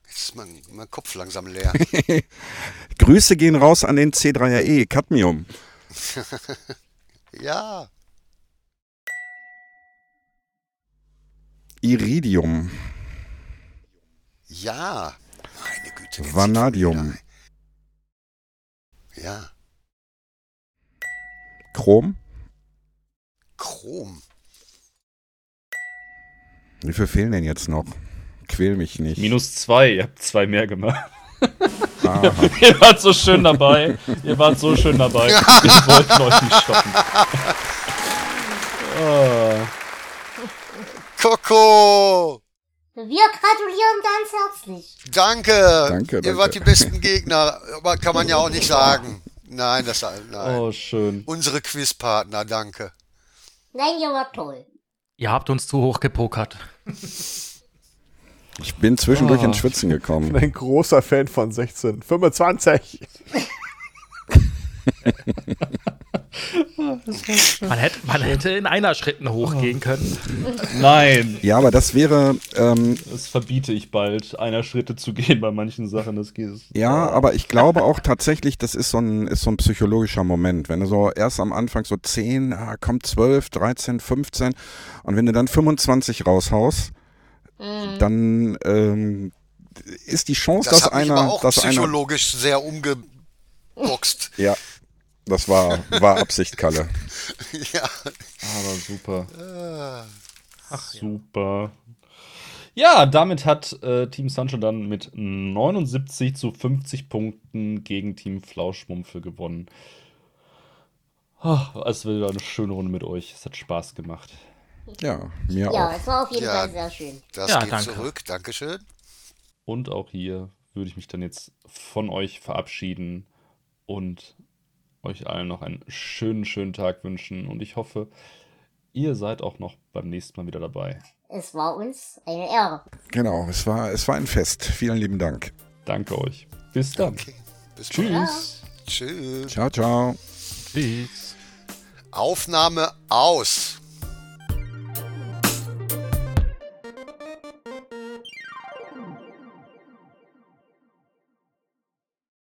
Jetzt ist mein, mein Kopf langsam leer.
Grüße gehen raus an den C3RE, E, Cadmium.
ja.
Iridium,
Ja. Meine Güte. jetzt
Vanadium.
sieht schon wieder- Ja.
Chrom.
Chrom.
Wie viel fehlen denn jetzt noch? Quäl mich nicht.
Minus zwei, ihr habt zwei mehr gemacht.
Aha.
Ihr wart so schön dabei. Ihr wart so schön dabei. Wir wollten euch nicht stoppen. Ah,
Koko.
Wir gratulieren ganz herzlich.
Danke.
Danke,
Ihr
danke.
wart die besten Gegner, aber kann man ja auch nicht sagen. Nein, das nein.
Oh, schön.
Unsere Quizpartner, danke.
Nein, ihr wart toll.
Ihr habt uns zu hoch gepokert.
Ich bin zwischendurch ins Schwitzen gekommen.
Ich bin ein großer Fan von 16. 25.
Man hätte, man hätte in einer Schritten hochgehen können.
Nein,
Ja, aber das wäre, ähm,
das verbiete ich bald, einer Schritte zu gehen bei manchen Sachen. Das geht.
ja, aber ich glaube auch tatsächlich, das ist so ein, ist so ein psychologischer Moment. Wenn du so erst am Anfang so 10, ah, kommt 12, 13, 15 und wenn du dann 25 raushaust, dann ähm, ist die Chance,
Mhm. Das
dass
hat mich aber
einer,
auch
dass einer,
psychologisch sehr umgeboxt.
ja, das war, war Absicht, Kalle.
ja.
Aber super.
Ah.
Ach, super. Ja, damit hat äh, Team Sancho dann mit 79 zu 50 Punkten gegen Team Flauschmumpfe gewonnen. Ah, Es war wieder eine schöne Runde mit euch. Es hat Spaß gemacht.
Ja, mir
Ja,
auch.
es war auf jeden
Ja.
Fall sehr schön.
Das
Ja,
geht
danke.
zurück. Dankeschön.
Und auch hier würde ich mich dann jetzt von euch verabschieden und euch allen noch einen schönen, schönen Tag wünschen. Und ich hoffe, ihr seid auch noch beim nächsten Mal wieder dabei.
Es war uns eine Ehre.
Genau, es war, es war ein Fest. Vielen lieben Dank.
Danke euch. Bis dann.
Okay. Bis bald.
Tschüss.
Tschüss.
Ciao, ciao.
Tschüss.
Aufnahme aus.